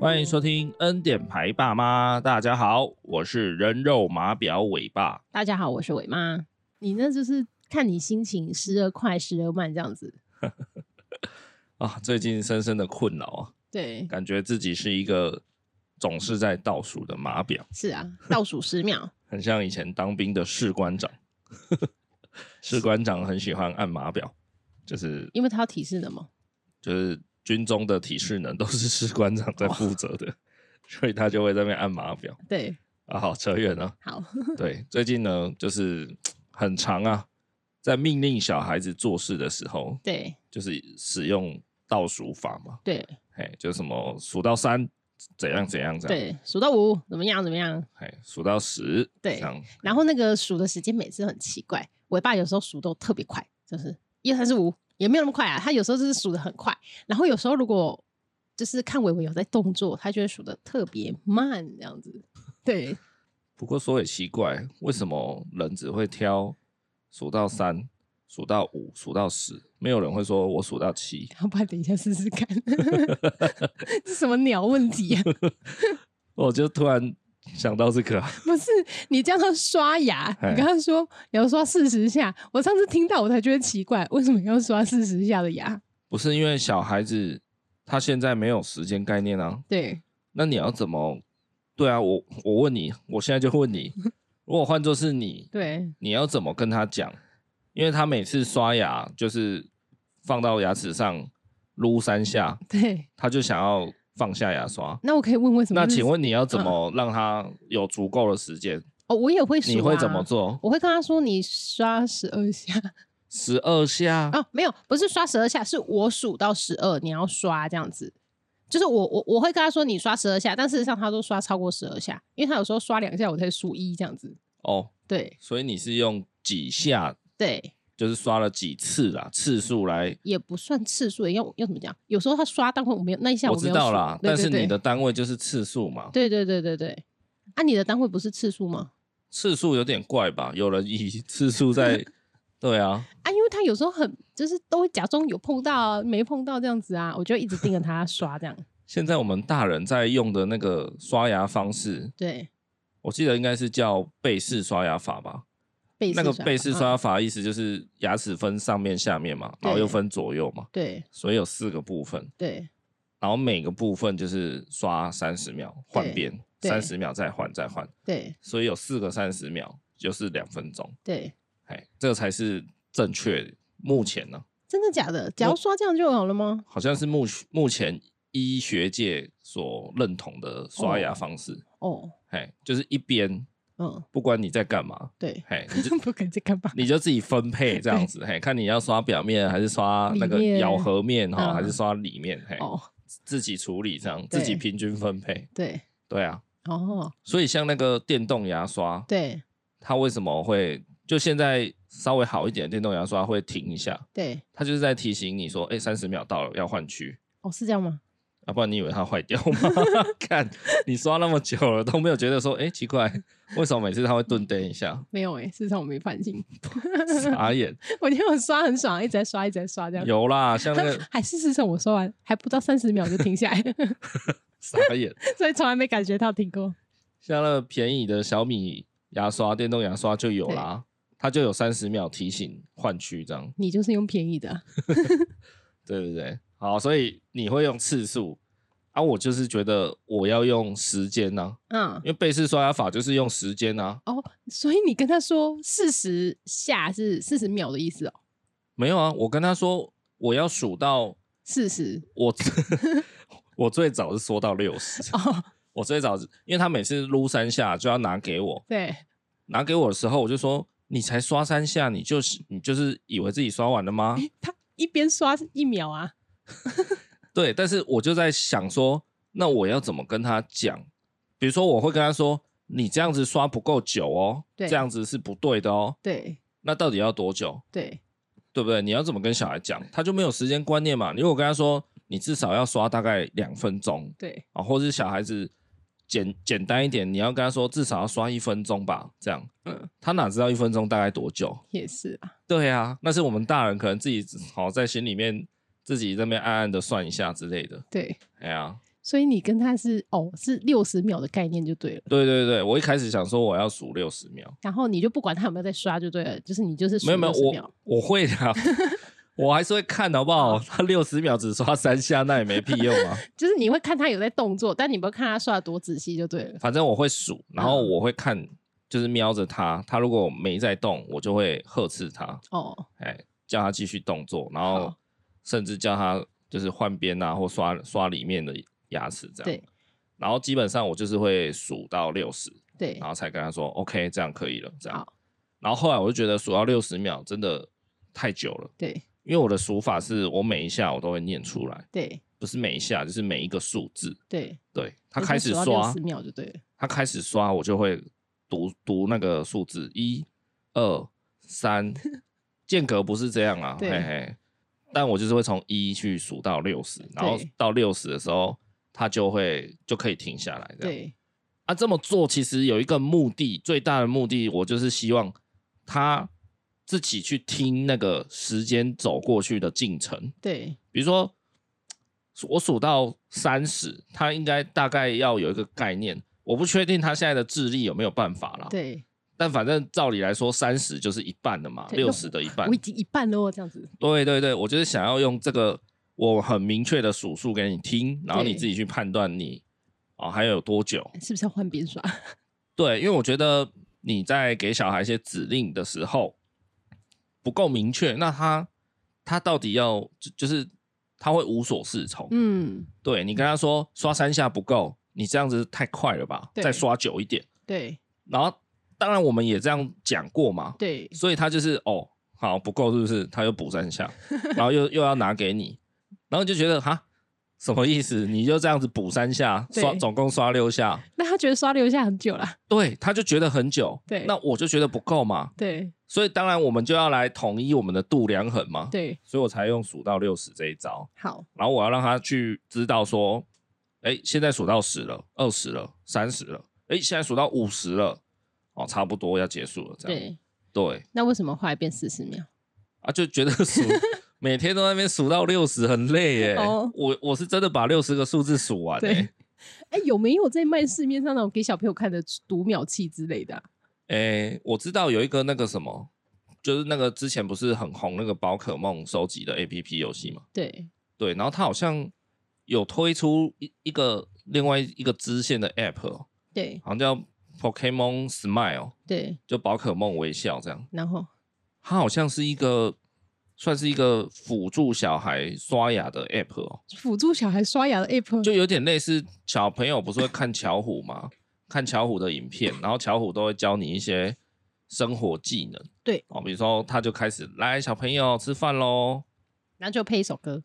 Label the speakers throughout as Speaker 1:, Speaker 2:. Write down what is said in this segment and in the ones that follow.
Speaker 1: 欢迎收听《恩典牌爸妈》，大家好，我是人肉马表尾巴。
Speaker 2: 大家好，我是伟妈。你那就是看你心情，时而快，时而慢这样子。
Speaker 1: 啊，最近深深的困扰啊，
Speaker 2: 对，
Speaker 1: 感觉自己是一个总是在倒数的马表，
Speaker 2: 是啊，倒数十秒。
Speaker 1: 很像以前当兵的士官长。 士官长很喜欢按码表，就是
Speaker 2: 因为它要提示的嘛。
Speaker 1: 就是军中的体适能都是士官长在负责的，所以他就会在那边按码表
Speaker 2: 对，
Speaker 1: 啊。好扯远了，
Speaker 2: 好，
Speaker 1: 对，最近呢就是很长啊，在命令小孩子做事的时候，
Speaker 2: 对
Speaker 1: 就是使用倒数法嘛，
Speaker 2: 对
Speaker 1: 哎，就什么数到三怎样怎样怎样，
Speaker 2: 对，啊数到五怎么样怎么样？
Speaker 1: 哎，数到十
Speaker 2: 对
Speaker 1: 这样，
Speaker 2: 然后那个数的时间每次都很奇怪，我爸有时候数都特别快，就是一二三四五，也没有那么快啊。他有时候就是数的很快，然后有时候如果就是看伟伟有在动作，他就会数的特别慢这样子。 对，
Speaker 1: 不过说也奇怪，为什么人只会挑数到三、数到五、数到十，没有人会说我数到七？
Speaker 2: 要不然等一下试试看， 这什么鸟问题啊？
Speaker 1: 我就突然想到这个啊、
Speaker 2: 不是你这样要刷牙，
Speaker 1: 哎
Speaker 2: 你刚刚说你要刷四十下，我上次听到我才觉得奇怪，为什么要刷四十下的牙？
Speaker 1: 不是因为小孩子他现在没有时间概念啊，
Speaker 2: 对
Speaker 1: 那你要怎么？对啊，我我问你，我现在就问你，如果换作是你，
Speaker 2: 对
Speaker 1: 你要怎么跟他讲？因为他每次刷牙就是放到牙齿上撸三下，
Speaker 2: 对，
Speaker 1: 他就想要放下牙刷。
Speaker 2: 那我可以问为什么？
Speaker 1: 那请问你要怎
Speaker 2: 嗯
Speaker 1: 么让他有足够的时间？
Speaker 2: 哦，我也会数、啊，
Speaker 1: 你会怎么？做？
Speaker 2: 我会跟他说你刷十二下
Speaker 1: 十二下，
Speaker 2: 哦，没有，不是刷十二下，是我数到十二，你要刷这样子。就是我我我会跟他说你刷十二下，但事实上他都刷超过十二下，因为他有时候刷两下我才数一这样子。
Speaker 1: 哦，
Speaker 2: 对
Speaker 1: 所以你是用几下，
Speaker 2: 对，
Speaker 1: 就是刷了几次啦，次数来。
Speaker 2: 也不算次数，要要怎么讲？有时候他刷到会我没有那一下
Speaker 1: 我
Speaker 2: 没
Speaker 1: 知
Speaker 2: 有
Speaker 1: 道
Speaker 2: 数
Speaker 1: 啦，
Speaker 2: 对
Speaker 1: 但
Speaker 2: 对
Speaker 1: 是
Speaker 2: 对
Speaker 1: 你的单位就是次数嘛，
Speaker 2: 对对对对对，啊，你的单位不是次数吗？
Speaker 1: 次数有点怪吧？有人以次数 在，对啊，
Speaker 2: 啊，因为他有时候很就是都会假装有碰到啊、没碰到这样子啊，我就一直盯着他刷这样。
Speaker 1: 现在我们大人在用的那个刷牙方式，
Speaker 2: 对，
Speaker 1: 我记得应该是叫背式刷牙法吧？
Speaker 2: 背
Speaker 1: 那个
Speaker 2: 刷
Speaker 1: 背式
Speaker 2: 啊
Speaker 1: 刷牙法意思就是牙齿分上面、下面嘛，
Speaker 2: 对
Speaker 1: 然后又分左右嘛，
Speaker 2: 对
Speaker 1: 所以有四个部分，
Speaker 2: 对
Speaker 1: 然后每个部分就是刷三十秒换边，
Speaker 2: 对
Speaker 1: 三十秒再换再换，
Speaker 2: 对
Speaker 1: 所以有四个三十秒就是两分钟，
Speaker 2: 对，
Speaker 1: 哎，这个才是正确的。目前呢、
Speaker 2: 真的假的？只要刷这样就好了吗？
Speaker 1: 好像是目目前医学界所认同的刷牙方式，
Speaker 2: 哦，
Speaker 1: 哎，就是一边
Speaker 2: 嗯，
Speaker 1: 不管你在干嘛，
Speaker 2: 对，
Speaker 1: 嘿， 你就
Speaker 2: 不敢这干嘛？
Speaker 1: 你就自己分配这样 子，嘿，看你要刷表面还是刷那个
Speaker 2: 里面
Speaker 1: 咬合面哈，
Speaker 2: 嗯
Speaker 1: 还是刷里面，嘿，
Speaker 2: 哦，
Speaker 1: 自己处理这样，
Speaker 2: 对
Speaker 1: 自己平均分配，
Speaker 2: 对，
Speaker 1: 对啊。
Speaker 2: 哦，
Speaker 1: 所以像那个电动牙刷，
Speaker 2: 对
Speaker 1: 它为什么会就现在稍微好一点，电动牙刷会停一下，
Speaker 2: 对，
Speaker 1: 它就是在提醒你说，哎，三十秒到了，要换区。
Speaker 2: 哦，是这样吗？
Speaker 1: 要、不然你以为它坏掉 吗？看你刷那么久了都没有觉得说，哎、奇怪，为什么每次它会顿顿一 下？
Speaker 2: 没有诶、事实上我没反应，
Speaker 1: 傻眼，
Speaker 2: 我觉得我刷很爽，一直在刷，一直在刷这样。
Speaker 1: 有啦，像那 个
Speaker 2: 还是事实上我刷完还不到三十秒就停下来了，
Speaker 1: 傻眼，
Speaker 2: 所以从来没感觉到停过。
Speaker 1: 像那个便宜的小米牙刷、电动牙刷就有啦，它就有三十秒提醒换区这样。
Speaker 2: 你就是用便宜的啊、
Speaker 1: 对对对，好，所以你会用次数啊？我就是觉得我要用时间呐、
Speaker 2: 嗯
Speaker 1: 因，为贝氏刷牙法就是用时间呐、
Speaker 2: 哦，所以你跟他说四十下是四十秒的意思哦，
Speaker 1: 没有啊，我跟他说我要数到
Speaker 2: 四十
Speaker 1: 我，我最早是说到六十，
Speaker 2: 哦，
Speaker 1: 我最早是因为他每次撸三下就要拿给我，
Speaker 2: 对
Speaker 1: 拿给我的时候我就说。你才刷三下，你就是你就是以为自己刷完了吗？
Speaker 2: 他一边刷一秒啊，
Speaker 1: 对，但是我就在想说，那我要怎么跟他讲？比如说，我会跟他说：“你这样子刷不够久哦，
Speaker 2: 对
Speaker 1: 这样子是不对的哦。
Speaker 2: 对”
Speaker 1: 那到底要多久？
Speaker 2: 对
Speaker 1: 对不对？你要怎么跟小孩讲？他就没有时间观念嘛。如果我跟他说，你至少要刷大概两分钟
Speaker 2: 对
Speaker 1: 啊，或者是小孩子简简单一点，你要跟他说至少要刷一分钟吧，这样。
Speaker 2: 嗯
Speaker 1: 他哪知道一分钟大概多久？
Speaker 2: 也是啊，
Speaker 1: 对啊，那是我们大人哦可能自己好在心里面自己在那边暗暗的算一下之类的。
Speaker 2: 对，
Speaker 1: 哎呀、
Speaker 2: 所以你跟他是哦是六十秒的概念就对了，
Speaker 1: 对对对，我一开始想说我要数六十秒，
Speaker 2: 然后你就不管他有没有在刷就对了，就是你就是数
Speaker 1: 没有没有，
Speaker 2: 60秒
Speaker 1: 我我会的啊， 我还是会看好不好？他六十秒只刷三下，那也没屁用啊。
Speaker 2: 就是你会看他有在动作，但你不会看他刷的多仔细就对了。
Speaker 1: 反正我会数，然
Speaker 2: 嗯
Speaker 1: 后我会看，就是瞄着他，他如果没在动，我就会呵斥他，
Speaker 2: 哦，
Speaker 1: 哎，叫他继续动作，然后
Speaker 2: 好
Speaker 1: 甚至叫他就是换边啊，或刷刷里面的牙齿这样。
Speaker 2: 对。
Speaker 1: 然后基本上我就是会数到六十，
Speaker 2: 对
Speaker 1: 然，后才跟他说 OK，这样可以了，这样
Speaker 2: 好。
Speaker 1: 然后后来我就觉得数到六十秒真的太久了，
Speaker 2: 对，
Speaker 1: 因为我的数法是我每一下我都会念出来，
Speaker 2: 对，
Speaker 1: 不是每一下，就是每一个数字。
Speaker 2: 对。
Speaker 1: 对他开始
Speaker 2: 六
Speaker 1: 刷
Speaker 2: 十，秒就对了。
Speaker 1: 他开始刷，我就会读读那个数字一、二、三，间隔不是这样啊，嘿
Speaker 2: 对
Speaker 1: 嘿。但我就是会从一去数到六十，然后
Speaker 2: 对
Speaker 1: 到六十的时候，他就会就可以停下来。这样
Speaker 2: 对，
Speaker 1: 啊，这么做其实有一个目的，最大的目的，我就是希望他自己去听那个时间走过去的进程。
Speaker 2: 对，
Speaker 1: 比如说，我数到三十，他应该大概要有一个概念。我不确定他现在的智力有没有办法啦。。
Speaker 2: 对，
Speaker 1: 但反正照理来说，三十就是一半了嘛，
Speaker 2: 对
Speaker 1: 六十的一半
Speaker 2: 我已。经一半了哦，这样子。
Speaker 1: 对对对，我就是想要用这个我很明确的数数给你听，然后你
Speaker 2: 对
Speaker 1: 自己去判断你哦还有多久。
Speaker 2: 是不是要换边刷？
Speaker 1: 对，因为我觉得你在给小孩一些指令的时候不够明确，那他他到底要就就是他会无所适从。
Speaker 2: 嗯，
Speaker 1: 对你跟他说刷三下不够，你这样子太快了吧，
Speaker 2: 对
Speaker 1: 再刷久一点。
Speaker 2: 对，
Speaker 1: 然后当然我们也这样讲过嘛，
Speaker 2: 对，
Speaker 1: 所以他就是哦，好不够是不是？他又补三下，然后又又要拿给你，然后就觉得哈什么意思？你就这样子补三下，
Speaker 2: 对
Speaker 1: 刷总共刷六下，
Speaker 2: 那他觉得刷留下很久了。
Speaker 1: 对，他就觉得很久。
Speaker 2: 对
Speaker 1: 那我就觉得不够嘛，
Speaker 2: 对，
Speaker 1: 所以当然我们就要来统一我们的度量衡嘛。，
Speaker 2: 对，
Speaker 1: 所以我才用数到六十这一招。
Speaker 2: 好，
Speaker 1: 然后我要让他去知道说，哎，现在数到十了，二十了，三十了，哎，现在数到五十了，哦，差不多要结束了，这样
Speaker 2: 对。
Speaker 1: 对
Speaker 2: 那为什么后来变四十秒？
Speaker 1: 啊，就觉得 数每天都在那边数到六十很累耶。
Speaker 2: 哦
Speaker 1: 我我是真的把六十个数字数完耶
Speaker 2: 对。哎，有没有在卖市面上那种给小朋友看的读秒器之类的啊？
Speaker 1: 哎，我知道有一个那个什么，就是那个之前不是很红那个宝可梦收集的 A P P 游戏嘛，
Speaker 2: 对，
Speaker 1: 对，然后它好像有推出一一个另外一个支线的 App，哦
Speaker 2: 对，
Speaker 1: 好像叫 Pokemon Smile。
Speaker 2: 对，
Speaker 1: 就宝可梦微笑这样，
Speaker 2: 然后
Speaker 1: 它好像是一个算是一个辅助小孩刷牙的 app 哦，
Speaker 2: 辅助小孩刷牙的 app，
Speaker 1: 就有点类似小朋友不是会看巧虎吗？看巧虎的影片，然后巧虎都会教你一些生活技能，
Speaker 2: 对
Speaker 1: 哦，比如说他就开始来小朋友吃饭喽，
Speaker 2: 然后就配一首歌。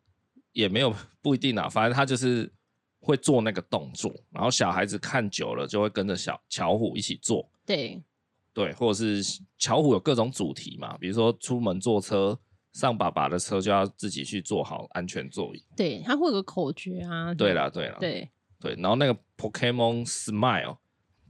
Speaker 1: 也没有不一定啊，反正他就是会做那个动作，然后小孩子看久了就会跟着小巧虎一起做，
Speaker 2: 对，
Speaker 1: 对，或者是巧虎有各种主题嘛，比如说出门坐车，上爸爸的车就要自己去坐好安全座椅。
Speaker 2: 对，他会有个口诀啊。
Speaker 1: 对，啦，对啦，
Speaker 2: 对，
Speaker 1: 对然后那个 Pokemon Smile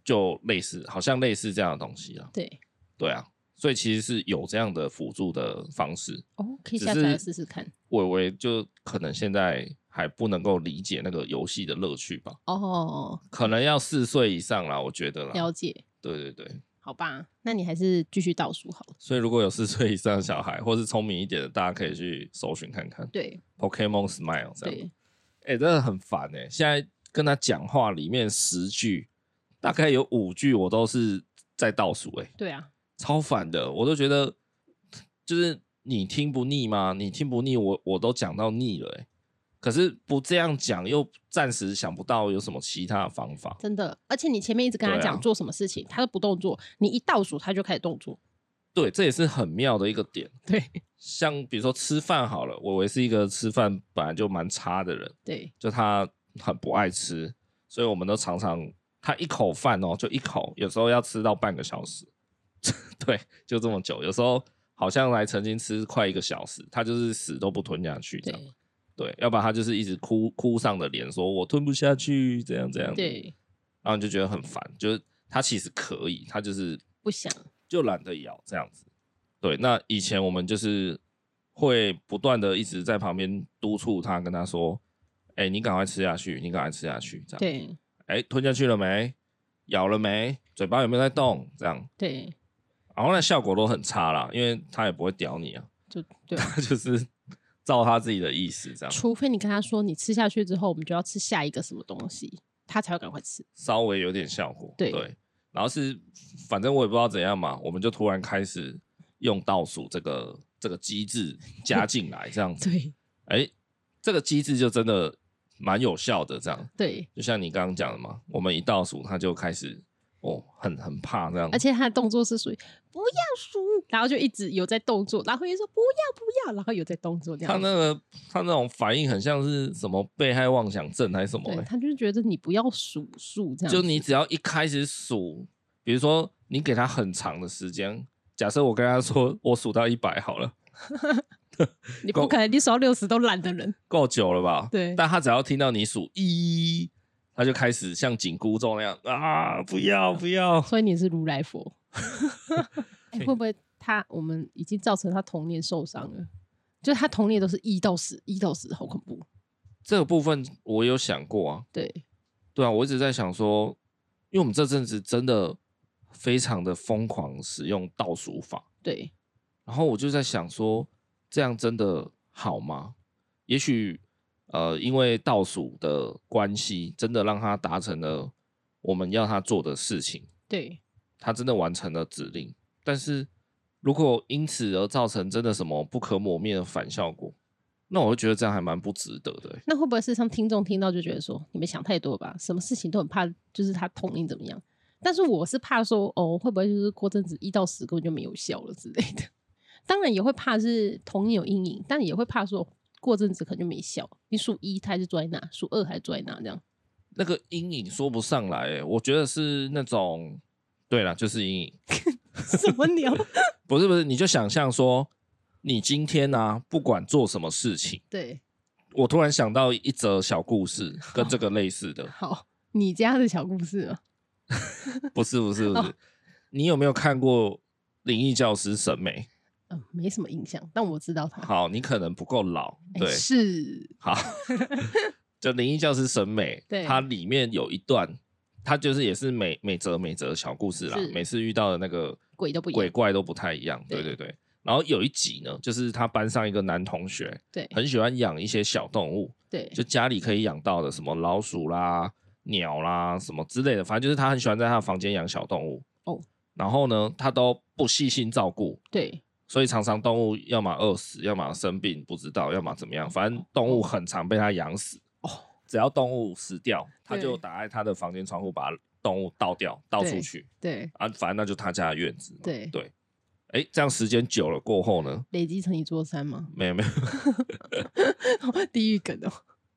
Speaker 1: 就类似，好像类似这样的东西啦。
Speaker 2: 对，
Speaker 1: 对啊，所以其实是有这样的辅助的方式，
Speaker 2: 哦，可以
Speaker 1: 只
Speaker 2: 下载来
Speaker 1: 是
Speaker 2: 试试看。
Speaker 1: 伟伟就可能现在还不能够理解那个游戏的乐趣吧，
Speaker 2: 哦，
Speaker 1: 可能要四岁以上啦，我觉得啦。
Speaker 2: 了解，
Speaker 1: 对对对，
Speaker 2: 好吧，那你还是继续倒数好了。
Speaker 1: 所以如果有四岁以上的小孩，或是聪明一点的，大家可以去搜寻看看。
Speaker 2: 对
Speaker 1: Pokemon Smile 这样，
Speaker 2: 对，
Speaker 1: 哎、真的很烦哎、现在跟他讲话里面十句，大概有五句我都是在倒数哎、
Speaker 2: 对啊，
Speaker 1: 超烦的，我都觉得就是你听不腻吗？你听不腻，我我都讲到腻了哎、可是不这样讲，又暂时想不到有什么其他的方法。
Speaker 2: 真的。而且你前面一直跟他
Speaker 1: 对啊
Speaker 2: 讲做什么事情，他都不动作，你一倒数他就开始动作。
Speaker 1: 对，这也是很妙的一个点。
Speaker 2: 对
Speaker 1: 像比如说吃饭好了，我以为是一个吃饭本来就蛮差的人，
Speaker 2: 对
Speaker 1: 就他很不爱吃，所以我们都常常他一口饭哦，就一口，有时候要吃到半个小时， 对，就这么久。有时候好像来曾经吃快一个小时，他就是死都不吞下去这样。
Speaker 2: 对
Speaker 1: 对，要不然他就是一直哭哭丧着脸说：“我吞不下去，这样这样。”，
Speaker 2: 对，
Speaker 1: 然后你就觉得很烦，就是他其实可以，他就是
Speaker 2: 不想。
Speaker 1: 就懒得咬这样子。对，那以前我们就是会不断的一直在旁边督促他，跟他说：“哎、哎、你赶快吃下去，你赶快吃下去，这样。
Speaker 2: 对
Speaker 1: 哎、吞下去了没？咬了没？嘴巴有没有在动？这样，
Speaker 2: 对，
Speaker 1: 然后那效果都很差啦，因为他也不会屌你啊，
Speaker 2: 就对啊，
Speaker 1: 他就是照他自己的意思这样，
Speaker 2: 除非你跟他说你吃下去之后，我们就要吃下一个什么东西，他才会赶快吃。
Speaker 1: 稍微有点效果。
Speaker 2: 对
Speaker 1: 然后是反正我也不知道怎样嘛，我们就突然开始用倒数这个这个机制加进来，这样子，
Speaker 2: 对
Speaker 1: 哎、这个机制就真的蛮有效的，这样，
Speaker 2: 对，
Speaker 1: 就像你刚刚讲的嘛，我们一倒数他就开始哦，很很怕这样，
Speaker 2: 而且他的动作是属于不要输，然后就一直有在动作，然后又说不要不要，然后有在动作这
Speaker 1: 他
Speaker 2: 样子。
Speaker 1: 那个他那种反应很像是什么被害妄想症还是什么、
Speaker 2: 对，
Speaker 1: 欸，
Speaker 2: 他就是觉得你不要数数这样子，
Speaker 1: 就你只要一开始数，比如说你给他很长的时间，假设我跟他说我数到一百好了，
Speaker 2: 你不可能你数到六十都懒的人，
Speaker 1: 够久了吧？
Speaker 2: 对
Speaker 1: 但他只要听到你数一，他就开始像紧箍咒那样啊，不要不要，
Speaker 2: 所以你是如来 佛。哎会不会他我们已经造成他童年受伤了？就是他童年都是一到十，一到十，好恐怖。
Speaker 1: 这个部分我有想过啊，
Speaker 2: 对
Speaker 1: 对啊，我一直在想说，因为我们这阵子真的非常的疯狂使用倒数法。
Speaker 2: 对，
Speaker 1: 然后我就在想说，这样真的好吗？也许呃，因为倒数的关系，真的让他达成了我们要他做的事情，
Speaker 2: 对，
Speaker 1: 他真的完成了指令。但是如果因此而造成真的什么不可磨灭的反效果，那我就觉得这样还蛮不值得的欸、
Speaker 2: 那会不会是像听众听到就觉得说，你们想太多了吧？什么事情都很怕，就是他童年怎么样？但是我是怕说，哦，会不会就是过阵子一到十根本就没有效了之类的？ 当然也会怕是童年有阴影，但也会怕说过阵子可能就没效。你数一，他还是坐在那；数二还是坐在那，这样。
Speaker 1: 那个阴影说不上来欸、我觉得是那种，对啦，就是阴影。
Speaker 2: 什么鸟？
Speaker 1: 不是不是，你就想象说，你今天呢、啊，不管做什么事情。
Speaker 2: 对，
Speaker 1: 我突然想到一则小故事，跟这个类似 的，
Speaker 2: 好，你家的小故事嘛，
Speaker 1: 不是不是不
Speaker 2: 哦
Speaker 1: 是，你有没有看过《灵异教师》审美？
Speaker 2: 嗯，没什么印象，但我知道他。
Speaker 1: 好，你可能不够老，
Speaker 2: 哎
Speaker 1: 对，
Speaker 2: 是，
Speaker 1: 好， 就《灵异教师》审美，
Speaker 2: 对
Speaker 1: 它里面有一段，它就是也是每每则每则小故事啦
Speaker 2: 是，
Speaker 1: 每次遇到的那个
Speaker 2: 鬼都不一样
Speaker 1: 鬼怪都不太一样，对
Speaker 2: 对
Speaker 1: 对对。然后有一集呢，就是他班上一个男同学
Speaker 2: 对
Speaker 1: 很喜欢养一些小动物，
Speaker 2: 对
Speaker 1: 就家里可以养到的，什么老鼠啦、鸟啦什么之类的，反正就是他很喜欢在他的房间养小动物。
Speaker 2: 哦，
Speaker 1: 然后呢，他都不细心照顾，
Speaker 2: 对
Speaker 1: 所以常常动物要么饿死，要么生病，不知道，要么怎么样，反正动物很常被他养死。
Speaker 2: 哦，
Speaker 1: 只要动物死掉，他
Speaker 2: 对
Speaker 1: 就打开他的房间窗户，把动物倒掉，倒出
Speaker 2: 对
Speaker 1: 去
Speaker 2: 对
Speaker 1: 啊，反正那就他家的院子嘛。
Speaker 2: 对，
Speaker 1: 对，哎，这样时间久了过后呢，
Speaker 2: 累积成一座山吗？
Speaker 1: 没有没有，
Speaker 2: 地狱梗哦，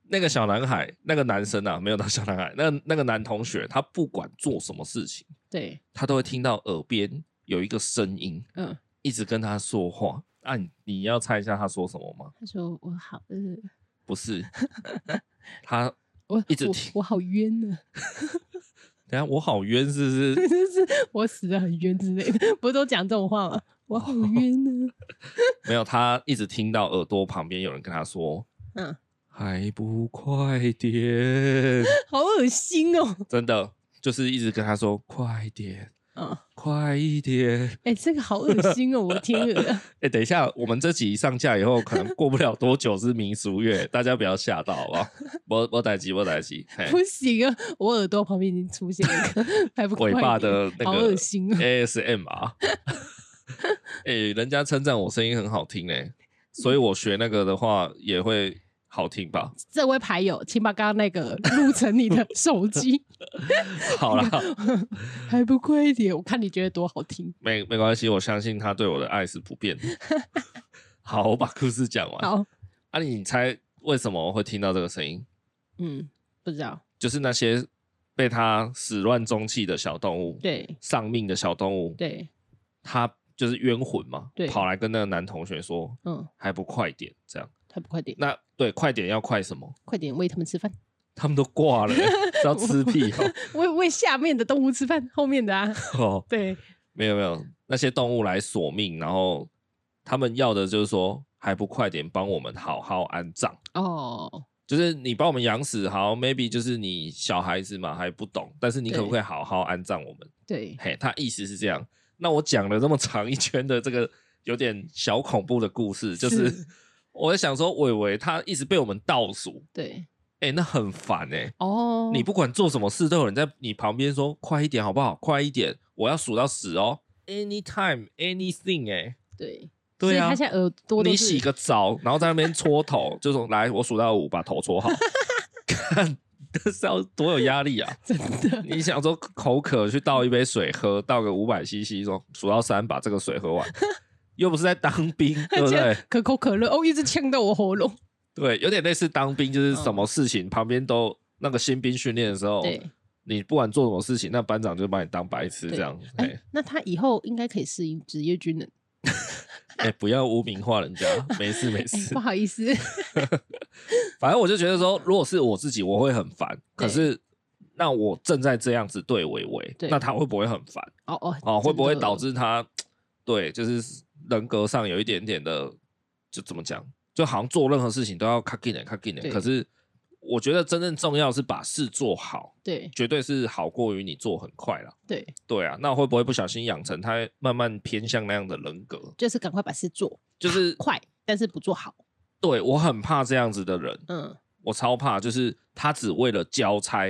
Speaker 1: 那个小男孩，那个男生啊，没有到小男孩，那那个男同学，他不管做什么事情，
Speaker 2: 对，
Speaker 1: 他都会听到耳边有一个声音
Speaker 2: 嗯，
Speaker 1: 一直跟他说话。啊，你你要猜一下他说什么吗？
Speaker 2: 他说我好呃，
Speaker 1: 不 是，他
Speaker 2: 我
Speaker 1: 一直
Speaker 2: 我
Speaker 1: 听
Speaker 2: 我好冤呢、
Speaker 1: 等下我好冤是不是？
Speaker 2: 就是我死的很冤之类的，不是都讲这种话吗？我好冤呢、
Speaker 1: 没有，他一直听到耳朵旁边有人跟他说
Speaker 2: 嗯，
Speaker 1: 还不快点，
Speaker 2: 好恶心 哦，
Speaker 1: 真的就是一直跟他说快点，
Speaker 2: 嗯，
Speaker 1: 快一点。
Speaker 2: 哎、这个好恶心哦，我 听了，
Speaker 1: 哎、等一下，我们这集上架以后，可能过不了多久是民俗月，大家不要吓到，好不好？我我逮鸡，我逮鸡，嘿
Speaker 2: 不行啊，我耳朵旁边已经出现一个还不快
Speaker 1: 尾巴
Speaker 2: 点
Speaker 1: 的那个
Speaker 2: 好恶心哦，
Speaker 1: ASM 啊！哎、人家称赞我声音很好听嘞、所以我学那个的话也会好听吧？
Speaker 2: 这位牌友，请把刚刚那个录成你的 手机，
Speaker 1: 好啦，
Speaker 2: 还不快一点？我看你觉得多好听。
Speaker 1: 没没关系，我相信他对我的爱是不 变的。好，我把故事讲完。
Speaker 2: 好，
Speaker 1: 啊，你猜为什么我会听到这个声音？
Speaker 2: 嗯，不知道，
Speaker 1: 就是那些被他始乱终弃的小动物，
Speaker 2: 对
Speaker 1: 丧命的小动物，
Speaker 2: 对，
Speaker 1: 他就是冤魂嘛，
Speaker 2: 对
Speaker 1: 跑来跟那个男同学说
Speaker 2: 嗯，
Speaker 1: 还不快点这样。
Speaker 2: 还不快点，
Speaker 1: 那对，快点要快什么？
Speaker 2: 快点喂他们吃 饭，
Speaker 1: 他们都挂 了、是要吃屁哦、
Speaker 2: 喂喂下面的动物吃饭，后面的啊，
Speaker 1: 哦，
Speaker 2: 对
Speaker 1: 没有没有，那些动物来索命，然后他们要的就是说还不快点帮我们好好安葬，
Speaker 2: 哦，
Speaker 1: 就是你把我们养死，好，maybe 就是你小孩子嘛还不懂，但是你可不可以好好安葬我们？
Speaker 2: 对，
Speaker 1: 嘿，他意思是这样。那我讲了这么长一圈的这个有点小恐怖的故事，就是
Speaker 2: 是
Speaker 1: 我在想说，伟伟他一直被我们倒数，
Speaker 2: 对，
Speaker 1: 哎、那很烦哎、
Speaker 2: 哦，
Speaker 1: 你不管做什么事，都有人在你旁边说：“快一点，好不好？快一点，我要数到十哦。”Anytime, anything，哎、
Speaker 2: 对，所
Speaker 1: 对
Speaker 2: 以
Speaker 1: 啊
Speaker 2: 他，现在耳朵都
Speaker 1: 你
Speaker 2: 是
Speaker 1: 洗个澡，然后在那边搓头，就说：“来，我数到五，把头搓好。” 看，这是要多有压力啊！
Speaker 2: 真的，
Speaker 1: 你想说口渴去倒一杯水喝，倒个五百 CC，说数到三把这个水喝完，又不是在当 兵， 对不对？
Speaker 2: 可口可乐哦，一直呛到我喉咙，
Speaker 1: 对，有点类似当兵，就是什
Speaker 2: 嗯
Speaker 1: 么事情、旁边都那个新兵训练的时候，
Speaker 2: 对。
Speaker 1: 你不管做什么事情，那班长就把你当白痴这样。哎、
Speaker 2: 哎，那他以后应该可以适应职业军人。
Speaker 1: 哎、不要污名化人家，没事没
Speaker 2: 哎
Speaker 1: 事
Speaker 2: 不。好意思，
Speaker 1: 反正我就觉得说，如果是我自己，我会很烦。可
Speaker 2: 对
Speaker 1: 是那我正在这样子对伟伟，
Speaker 2: 对
Speaker 1: 那他会不会很烦？
Speaker 2: 哦哦
Speaker 1: 哦，会不会
Speaker 2: 真的
Speaker 1: 导致他对，就是人格上有一点点的，就怎么讲，就好像做任何事情都要卡紧点卡紧
Speaker 2: 对
Speaker 1: 点。可是我觉得真正重要是把事做好，
Speaker 2: 对
Speaker 1: 绝对是好过于你做很快啦。
Speaker 2: 对，
Speaker 1: 对啊，那会不会不小心养成他慢慢偏向那样的人格？
Speaker 2: 就是赶快把事做
Speaker 1: 就是
Speaker 2: 快，但是不做好。
Speaker 1: 对我很怕这样子的人，
Speaker 2: 嗯，
Speaker 1: 我超怕，就是他只为了交差，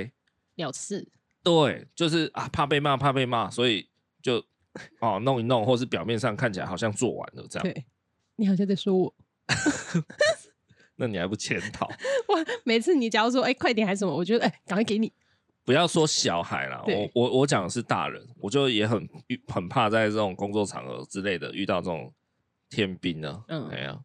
Speaker 2: 了事。
Speaker 1: 对，就是啊，怕被骂，怕被骂，所以就哦弄一弄，或是表面上看起来好像做完了这样，
Speaker 2: 对，你好像在说我。
Speaker 1: 那你还不检讨？
Speaker 2: 哇，每次你假如说哎、快点还是什么，我觉得哎赶、快给 你。
Speaker 1: 不要说小孩啦，我
Speaker 2: 对
Speaker 1: 我我讲的是大人，我就也很很怕在这种工作场合之类的遇到这种天兵啊，
Speaker 2: 嗯
Speaker 1: 哎呀、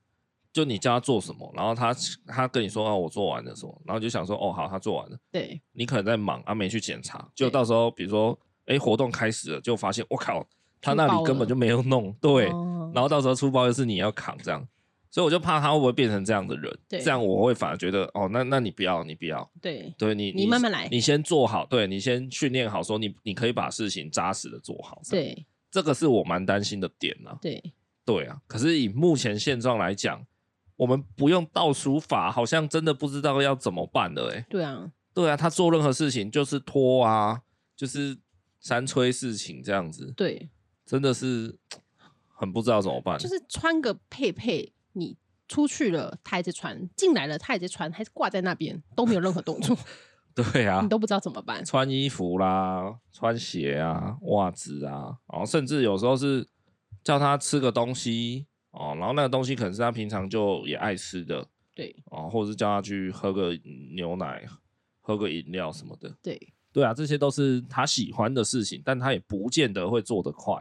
Speaker 1: 就你叫他做什么，然后他他跟你说啊我做完了什么，然后你就想说哦好他做完了，
Speaker 2: 对
Speaker 1: 你可能在忙啊没去检查，
Speaker 2: 对
Speaker 1: 就到时候比如说哎活动开始了，就发现我靠他那
Speaker 2: 出包
Speaker 1: 里
Speaker 2: 了
Speaker 1: 根本就没有弄，对，
Speaker 2: 哦
Speaker 1: 然后到时候出包又是你要扛这样。所以我就怕他会不会变成这样的人，
Speaker 2: 对
Speaker 1: 这样我会反而觉得哦，那那你不要，你不要，
Speaker 2: 对
Speaker 1: 对你，
Speaker 2: 你慢慢来
Speaker 1: 你先做好，对你先训练好，说你你可以把事情扎实的做好。这样，
Speaker 2: 对
Speaker 1: 这个是我蛮担心的点啊。
Speaker 2: 对，
Speaker 1: 对啊，可是以目前现状来讲，我们不用倒数法，好像真的不知道要怎么办了、欸。哎，
Speaker 2: 对啊，
Speaker 1: 对啊，他做任何事情就是拖啊，就是三催四请这样子，
Speaker 2: 对，
Speaker 1: 真的是很不知道怎么办。
Speaker 2: 就是穿个配配，你出去了他也在穿，进来了他也在穿，还是挂在那边都没有任何动作，
Speaker 1: 对 啊，
Speaker 2: 你都不知道怎么办。
Speaker 1: 穿衣服啦、穿鞋啊、袜子啊，然后甚至有时候是叫他吃个东西哦，然后那个东西可能是他平常就也爱吃的
Speaker 2: 对
Speaker 1: 哦，或者是叫他去喝个牛奶、喝个饮料什么的。
Speaker 2: 对，
Speaker 1: 对啊，这些都是他喜欢的事情，但他也不见得会做得快。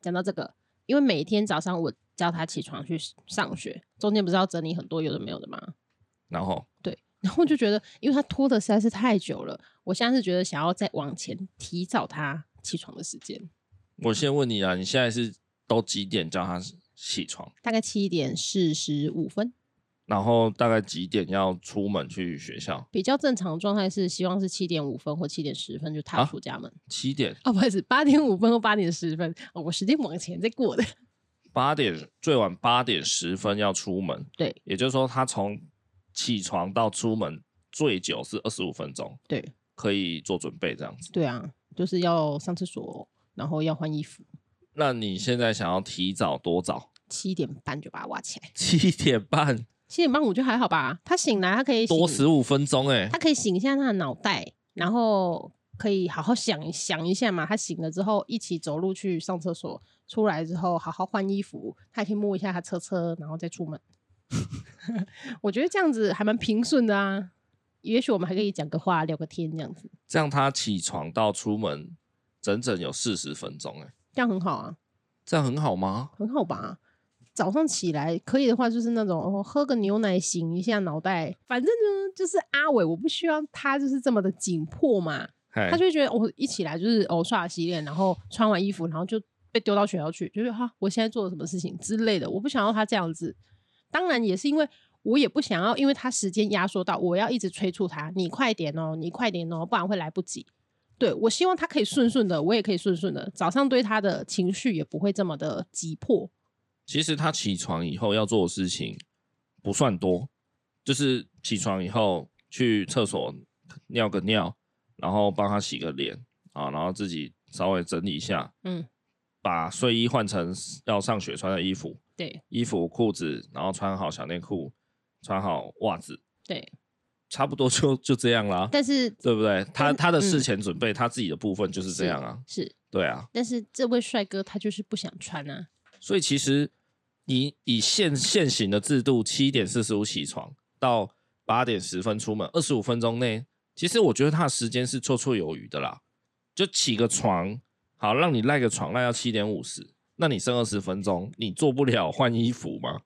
Speaker 2: 讲到这个，因为每天早上我叫他起床去上学，中间不是要整理很多有的没有的吗？
Speaker 1: 然后
Speaker 2: 对，然后我就觉得，因为他拖的实在是太久了，我现在是觉得想要再往前提早他起床的时间，
Speaker 1: 我先问你啊，你现在是都几点叫他起床？
Speaker 2: 大概七点四十五分。
Speaker 1: 然后大概几点要出门去学校？
Speaker 2: 比较正常的状态是，希望是七点五分或七点十分就踏
Speaker 1: 啊
Speaker 2: 出家门。
Speaker 1: 七点、
Speaker 2: 哦，不好意思，八点五分或八点十分，哦，我时间往前在过的。
Speaker 1: 八点，最晚八点十分要出门。
Speaker 2: 对
Speaker 1: 也就是说，他从起床到出门最久是二十五分钟，
Speaker 2: 对
Speaker 1: 可以做准备这样子。
Speaker 2: 对啊，就是要上厕所，然后要换衣服，
Speaker 1: 那你现在想要提早多早？
Speaker 2: 七点半就把他挖起来。
Speaker 1: 七点半，
Speaker 2: 七点半我觉得还好吧，他醒来他可以
Speaker 1: 多
Speaker 2: 醒
Speaker 1: 十五分钟哎、
Speaker 2: 他可以醒一下他的脑袋，然后可以好好想一想一下嘛。他醒了之后，一起走路去上厕所，出来之后好好换衣服，他也可以摸一下他车车，然后再出门。 我觉得这样子还蛮平顺的啊。也许我们还可以讲个话、聊个天这样子，
Speaker 1: 这样他起床到出门整整有四十分钟哎、
Speaker 2: 这样很好啊，
Speaker 1: 这样很好吗？
Speaker 2: 很好吧。早上起来可以的话，就是那种、哦、喝个牛奶醒一下脑袋，反正呢就是阿伟，我不希望他就是这么的紧迫嘛。
Speaker 1: 嘿
Speaker 2: 他就会觉得我、一起来就是哦刷牙洗脸，然后穿完衣服，然后就被丢到学校去，就是哈我现在做了什么事情之类的，我不想要他这样子。当然也是因为我也不想要，因为他时间压缩到，我要一直催促他，你快点哦，你快点哦，不然会来不及。对我希望他可以顺顺的，我也可以顺顺的，早上对他的情绪也不会这么的急迫。
Speaker 1: 其实他起床以后要做的事情不算多，就是起床以后去厕所尿个尿，然后帮他洗个脸啊，然后自己稍微整理一下，
Speaker 2: 嗯，
Speaker 1: 把睡衣换成要上学穿的衣服，
Speaker 2: 对
Speaker 1: 衣服、裤子，然后穿好小内裤，穿好袜子，
Speaker 2: 对，
Speaker 1: 差不多就就这样啦，
Speaker 2: 但是
Speaker 1: 对不对？他
Speaker 2: 但
Speaker 1: 他的事
Speaker 2: 嗯
Speaker 1: 前准备，他自己的部分就是这样啊，
Speaker 2: 是，
Speaker 1: 对啊，
Speaker 2: 但是这位帅哥他就是不想穿啊，
Speaker 1: 所以其实你以现现行的制度，七点四十五起床到八点十分出门，二十五分钟内，其实我觉得他的时间是绰绰有余的啦。就起个床，好让你赖个床赖到七点五十，那你剩二十分钟，你做不了换衣服吗？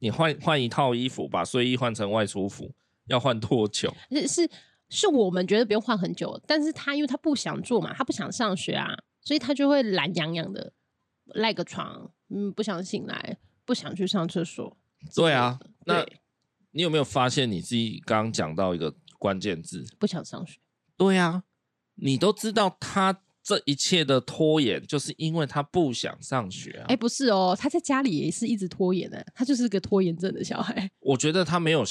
Speaker 1: 你换换一套衣服，把睡衣换成外出服，要换多久？
Speaker 2: 是是是我们觉得不用换很久，但是他因为他不想做嘛，他不想上学啊，所以他就会懒洋洋的赖个床，嗯，不想醒来，不想去上厕所。
Speaker 1: 对啊，那
Speaker 2: 对
Speaker 1: 你有没有发现你自己刚刚讲到一个关键字？
Speaker 2: 不想上学，
Speaker 1: 对啊，你都知道他这一切的拖延，就是因为他不想上学啊。
Speaker 2: 哎、不是哦，他在家里也是一直拖延的、他就是个拖延症的小孩。
Speaker 1: 我觉得他没有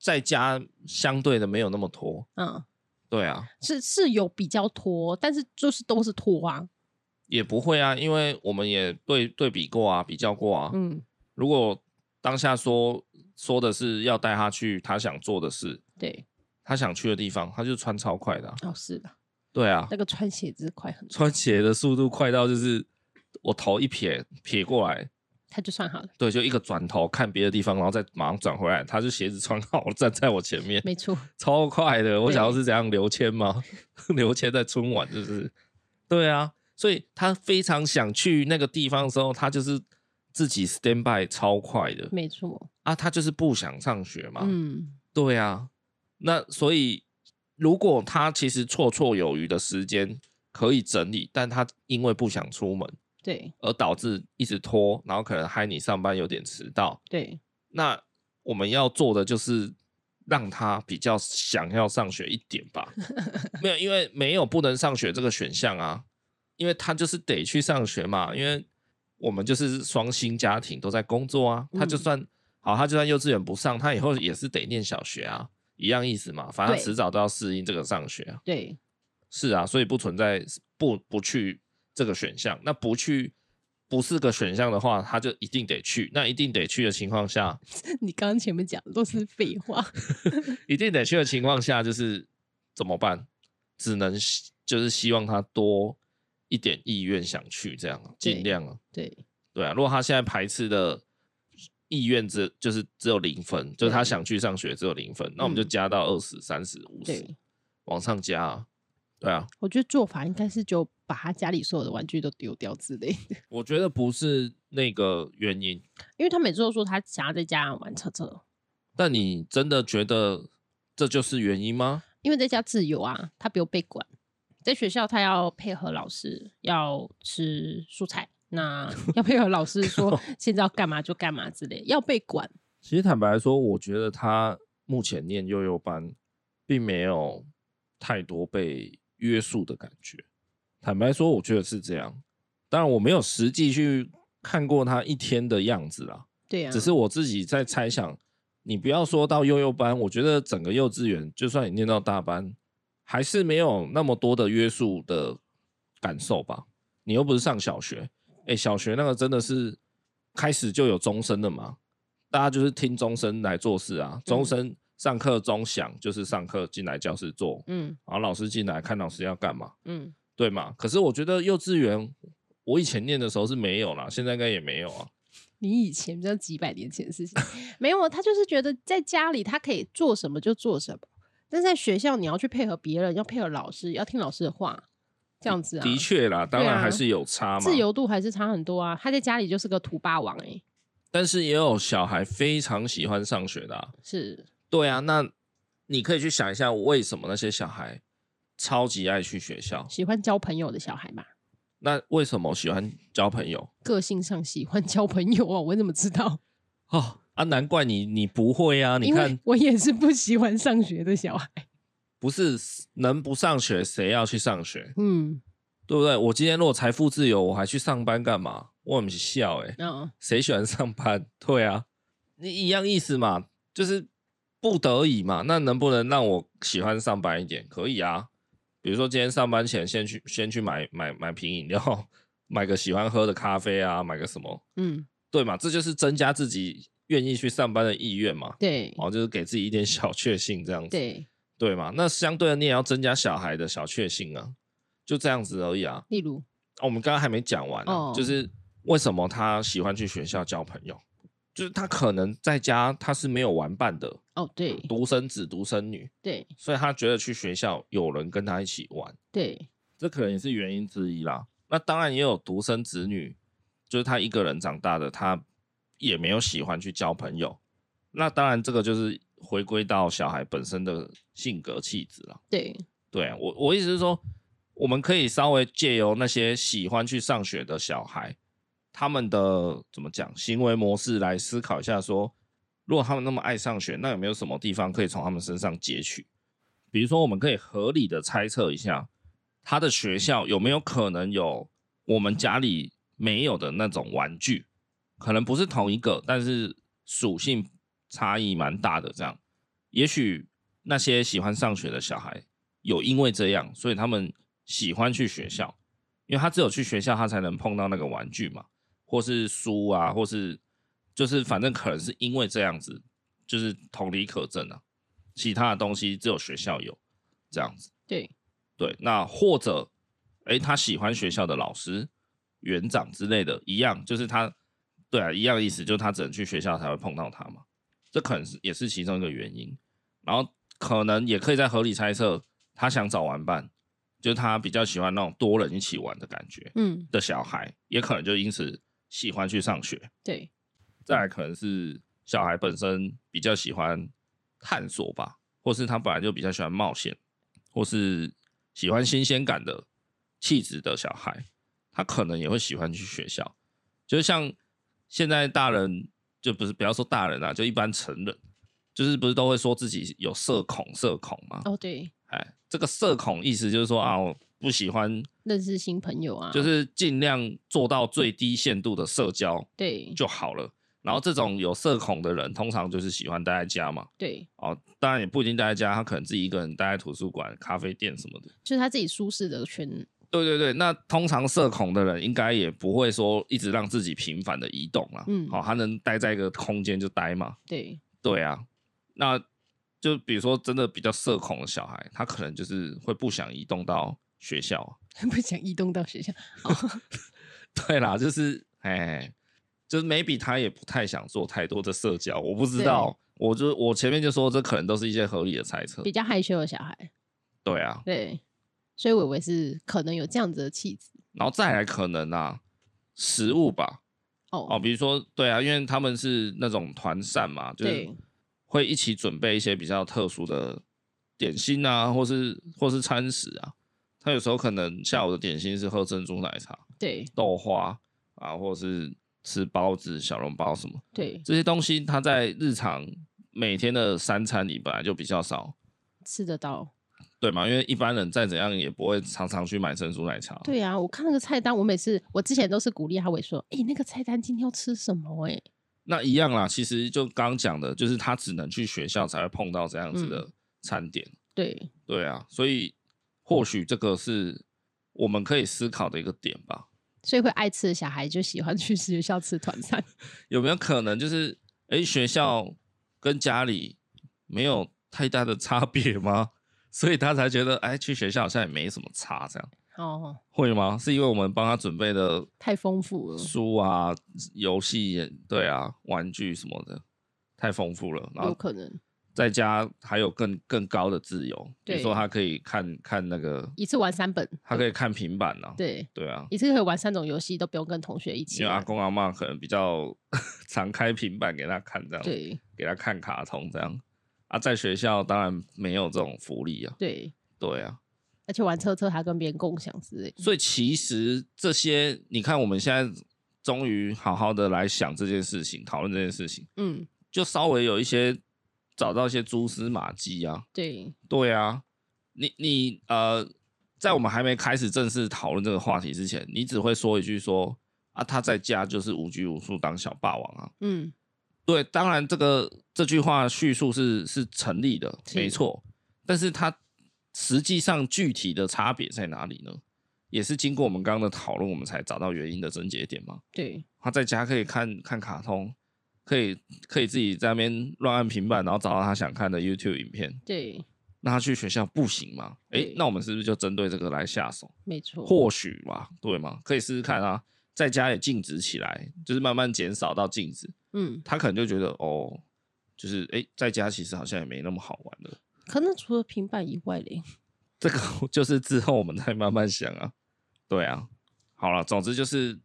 Speaker 1: 在家相对的没有那么拖。
Speaker 2: 嗯，
Speaker 1: 对啊，
Speaker 2: 是是有比较拖，但是就是都是拖啊。
Speaker 1: 也不会啊，因为我们也对对比过啊，比较过啊。
Speaker 2: 嗯，
Speaker 1: 如果当下说说的是要带他去他想做的事，
Speaker 2: 对，
Speaker 1: 他想去的地方，他就穿超快的啊、
Speaker 2: 哦是的，
Speaker 1: 对啊，
Speaker 2: 那个穿鞋子快很多，
Speaker 1: 穿鞋的速度快到就是我头一撇撇过来，
Speaker 2: 他就算好了，
Speaker 1: 对，就一个转头看别的地方，然后再马上转回来。他就鞋子穿好，站在我前面，
Speaker 2: 没错，
Speaker 1: 超快的。我想要是怎样刘谦吗？ 刘谦在春晚就是，对啊，所以他非常想去那个地方的时候，他就是自己 stand by 超快的
Speaker 2: 没 错，
Speaker 1: 啊，他就是不想上学嘛，
Speaker 2: 嗯，
Speaker 1: 对啊。那所以如果他其实绰绰有余的时间可以整理，但他因为不想出门
Speaker 2: 对
Speaker 1: 而导致一直拖，然后可能害你上班有点迟到。
Speaker 2: 对，
Speaker 1: 那我们要做的就是让他比较想要上学一点吧。 没有，因为没有不能上学这个选项啊，因为他就是得去上学嘛。因为我们就是双薪家庭都在工作啊，他就
Speaker 2: 嗯
Speaker 1: 算、好，他就算幼稚园不上，他以后也是得念小学啊，一样意思嘛。反正他
Speaker 2: 对
Speaker 1: 迟早都要适应这个上学啊。
Speaker 2: 对
Speaker 1: 是啊，所以不存在不不去这个选项。那不去不是个选项的话，他就一定得去。那一定得去的情况下，
Speaker 2: 你刚刚前面讲的都是废话，
Speaker 1: 一定得去的情况下，就是怎么办？只能希就是希望他多一点意愿想去，这样啊
Speaker 2: 对
Speaker 1: 尽量啊，
Speaker 2: 对
Speaker 1: 对啊。如果他现在排斥的意愿只就是只有零分，就是他想去上学只有零分，那我们就
Speaker 2: 嗯
Speaker 1: 加到二十三十五十
Speaker 2: 对，
Speaker 1: 往上加啊，对啊。
Speaker 2: 我觉得做法应该是就把他家里所有的玩具都丢掉之类的，
Speaker 1: 我觉得不是那个原因，
Speaker 2: 因为他每次都说他想要在家玩车车，
Speaker 1: 但你真的觉得这就是原因吗？
Speaker 2: 因为在家自由啊，他不用被管。在学校，他要配合老师，要吃蔬菜，那要配合老师 说现在要干嘛就干嘛之类，要被管。
Speaker 1: 其实坦白说，我觉得他目前念幼幼班，并没有太多被约束的感觉。坦白说，我觉得是这样。当然，我没有实际去看过他一天的样子啦，
Speaker 2: 对啊，
Speaker 1: 只是我自己在猜想。你不要说到幼幼班，我觉得整个幼稚园，就算你念到大班，还是没有那么多的约束的感受吧。你又不是上小学，哎、小学那个真的是开始就有钟声的嘛，大家就是听钟声来做事啊。钟声上课钟响就是上课进来教室做，
Speaker 2: 嗯
Speaker 1: 然后老师进来看老师要干嘛，
Speaker 2: 嗯，
Speaker 1: 对嘛？可是我觉得幼稚园，我以前念的时候是没有啦，现在应该也没有啊。
Speaker 2: 你以前这几百年前的事情没有啊，他就是觉得在家里他可以做什么就做什么，但是在学校你要去配合别人，要配合老师，要听老师的话，这样子啊，
Speaker 1: 的确啦，当然
Speaker 2: 啊
Speaker 1: 还是有差嘛。
Speaker 2: 自由度还是差很多啊。他在家里就是个土霸王哎、
Speaker 1: 但是也有小孩非常喜欢上学的、啊。
Speaker 2: 是
Speaker 1: 对啊，那你可以去想一下，为什么那些小孩超级爱去学校？
Speaker 2: 喜欢交朋友的小孩嘛。
Speaker 1: 那为什么喜欢交朋友？
Speaker 2: 个性上喜欢交朋友啊，我怎么知道？
Speaker 1: 哦啊，难怪你你不会啊！你
Speaker 2: 因为
Speaker 1: 看，
Speaker 2: 我也是不喜欢上学的小孩。
Speaker 1: 不是能不上学谁要去上学，
Speaker 2: 嗯，
Speaker 1: 对不对？我今天如果财富自由，我还去上班干嘛？我很笑哎、
Speaker 2: 哦，
Speaker 1: 谁喜欢上班？对啊，你一样意思嘛，就是不得已嘛，那能不能让我喜欢上班一点？可以啊，比如说今天上班前先去先去买买买瓶饮料， 买个喜欢喝的咖啡啊，买个什么，
Speaker 2: 嗯，
Speaker 1: 对嘛？这就是增加自己愿意去上班的意愿嘛。
Speaker 2: 对
Speaker 1: 哦，就是给自己一点小确幸这样子，
Speaker 2: 对，
Speaker 1: 对嘛？那相对的，你也要增加小孩的小确幸啊，就这样子而已啊。
Speaker 2: 例如
Speaker 1: 哦，我们刚刚还没讲完、啊，
Speaker 2: 哦
Speaker 1: 就是为什么他喜欢去学校交朋友，就是他可能在家他是没有玩伴的，
Speaker 2: 哦，对
Speaker 1: 独生子、独生女，
Speaker 2: 对
Speaker 1: 所以他觉得去学校有人跟他一起玩，
Speaker 2: 对
Speaker 1: 这可能也是原因之一啦。那当然也有独生子女，就是他一个人长大的，他也没有喜欢去交朋友。那当然，这个就是回归到小孩本身的性格气质啦。
Speaker 2: 对
Speaker 1: 对啊我，我意思是说，我们可以稍微借由那些喜欢去上学的小孩，他们的怎么讲行为模式来思考一下说，如果他们那么爱上学，那有没有什么地方可以从他们身上截取？比如说，我们可以合理的猜测一下，他的学校有没有可能有我们家里没有的那种玩具，可能不是同一个，但是属性差异蛮大的。这样，也许那些喜欢上学的小孩，有因为这样，所以他们喜欢去学校，因为他只有去学校，他才能碰到那个玩具嘛，或是书啊，或是就是反正可能是因为这样子，就是同理可证啊，其他的东西只有学校有这样子。
Speaker 2: 对
Speaker 1: 对，那或者，诶，他喜欢学校的老师、园长之类的，一样，就是他，对啊，一样意思，就是他只能去学校才会碰到他嘛，这可能是也是其中一个原因。然后可能也可以在合理猜测，他想找玩伴，就是他比较喜欢那种多人一起玩的感觉
Speaker 2: 嗯
Speaker 1: 的小孩，也可能就因此喜欢去上学。
Speaker 2: 对
Speaker 1: 再来可能是小孩本身比较喜欢探索吧，或是他本来就比较喜欢冒险，或是喜欢新鲜感的气质的小孩，他可能也会喜欢去学校。就是像现在大人，就不是不要说大人啊，就一般成人，就是不是都会说自己有社恐社恐吗？
Speaker 2: 哦对，
Speaker 1: 哎，这个社恐意思就是说啊，我不喜欢，
Speaker 2: 认识新朋友啊，
Speaker 1: 就是尽量做到最低限度的社交，
Speaker 2: 对
Speaker 1: 就好了。然后这种有社恐的人，通常就是喜欢待在家嘛。
Speaker 2: 对，
Speaker 1: 哦，当然也不一定待在家，他可能自己一个人待在图书馆、咖啡店什么的。
Speaker 2: 就是他自己舒适的圈，
Speaker 1: 对对对，那通常社恐的人应该也不会说一直让自己频繁的移动啦。哦
Speaker 2: 嗯
Speaker 1: 好、他能待在一个空间就待嘛。
Speaker 2: 对
Speaker 1: 对啊，那就比如说真的比较社恐的小孩，他可能就是会不想移动到学校啊。
Speaker 2: 不想移动到学校，
Speaker 1: 对啦，就是哎，就是 maybe 他也不太想做太多的社交，我不知
Speaker 2: 对
Speaker 1: 道。我就我前面就说，这可能都是一些合理的猜测
Speaker 2: 比。较害羞的小孩，
Speaker 1: 对啊，
Speaker 2: 对，所以伟伟是可能有这样子的气质
Speaker 1: 然后再来可能啊，食物吧，哦，
Speaker 2: 哦，
Speaker 1: 比如说对啊，因为他们是那种团膳嘛，就是
Speaker 2: 对
Speaker 1: 会一起准备一些比较特殊的点心啊，或是或是餐食啊。他有时候可能下午的点心是喝珍珠奶茶、
Speaker 2: 对
Speaker 1: 豆花啊，或是吃包子、小笼包什么。
Speaker 2: 对，
Speaker 1: 这些东西它在日常每天的三餐里本来就比较少，
Speaker 2: 吃得
Speaker 1: 哦
Speaker 2: 到，
Speaker 1: 对吗？因为一般人再怎样也不会常常去买珍珠奶茶。
Speaker 2: 对啊，我看那个菜单，我每次我之前都是鼓励阿伟说，哎，那个菜单今天要吃什么？哎，
Speaker 1: 那一样啦，其实就刚刚讲的，就是他只能去学校才会碰到这样子的餐点。
Speaker 2: 对
Speaker 1: 对啊，所以或许这个是我们可以思考的一个点吧。
Speaker 2: 所以会爱吃的小孩就喜欢去学校吃团餐。
Speaker 1: 有没有可能就是，诶，学校跟家里没有太大的差别吗？ 所以他才觉得，哎，去学校好像也没什么差，这样
Speaker 2: 哦，
Speaker 1: 会吗？是因为我们帮他准备的
Speaker 2: 太丰富了，
Speaker 1: 书啊、游戏，对啊、玩具什么的，太丰富了。然
Speaker 2: 有
Speaker 1: 后
Speaker 2: 可能
Speaker 1: 在家还有更更高的自由，比如
Speaker 2: 对
Speaker 1: 说他可以看看那个，
Speaker 2: 一次玩三本，
Speaker 1: 他可以看平板啊，
Speaker 2: 对，
Speaker 1: 对啊，
Speaker 2: 一次可以玩三种游戏，都不用跟同学一起
Speaker 1: 因为阿
Speaker 2: 玩。
Speaker 1: 公阿妈可能比较 常开平板给他看这样，
Speaker 2: 对
Speaker 1: 给他看卡通这样。啊，在学校当然没有这种福利啊，
Speaker 2: 对，
Speaker 1: 对啊，
Speaker 2: 而且玩车车还跟别人共享之类的。
Speaker 1: 所以其实这些，你看我们现在终于好好的来想这件事情，讨论这件事情。
Speaker 2: 嗯，
Speaker 1: 就稍微有一些找到一些蛛丝马迹啊。
Speaker 2: 对
Speaker 1: 对啊，你你呃，在我们还没开始正式讨论这个话题之前，你只会说一句说啊，他在家就是无拘无束当小霸王啊。
Speaker 2: 嗯，
Speaker 1: 对，当然这个这句话叙述是是成立的，
Speaker 2: 是
Speaker 1: 没错。但是它实际上具体的差别在哪里呢？也是经过我们刚刚的讨论，我们才找到原因的症结点嘛。
Speaker 2: 对，
Speaker 1: 他在家可以看看卡通，可以可以自己在那边乱按平板，然后找到他想看的 YouTube 影片。
Speaker 2: 对，
Speaker 1: 那他去学校不行吗？诶、
Speaker 2: 对
Speaker 1: 那我们是不是就针对这个来下手？
Speaker 2: 没错，
Speaker 1: 或许吧，对吗？可以试试看啊，在家也禁止起来，就是慢慢减少到禁止。
Speaker 2: 嗯，
Speaker 1: 他可能就觉得哦，就是诶，在家其实好像也没那么好玩了。
Speaker 2: 可能除了平板以外嘞，
Speaker 1: 这个 就是之后我们再慢慢想啊。对啊，好了，总之就是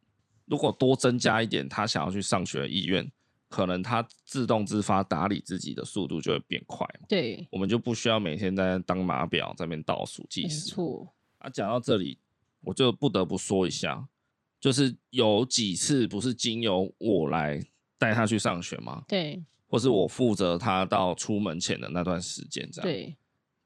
Speaker 1: 如果多增加一点他想要去上学的意愿，可能他自动自发打理自己的速度就会变快嘛。
Speaker 2: 对，
Speaker 1: 我们就不需要每天在那当码表在那边倒数计
Speaker 2: 没
Speaker 1: 时。
Speaker 2: 错，
Speaker 1: 啊，讲到这里，我就不得不说一下，就是有几次不是经由我来带他去上学吗？
Speaker 2: 对
Speaker 1: 或是我负责他到出门前的那段时间，这样
Speaker 2: 对，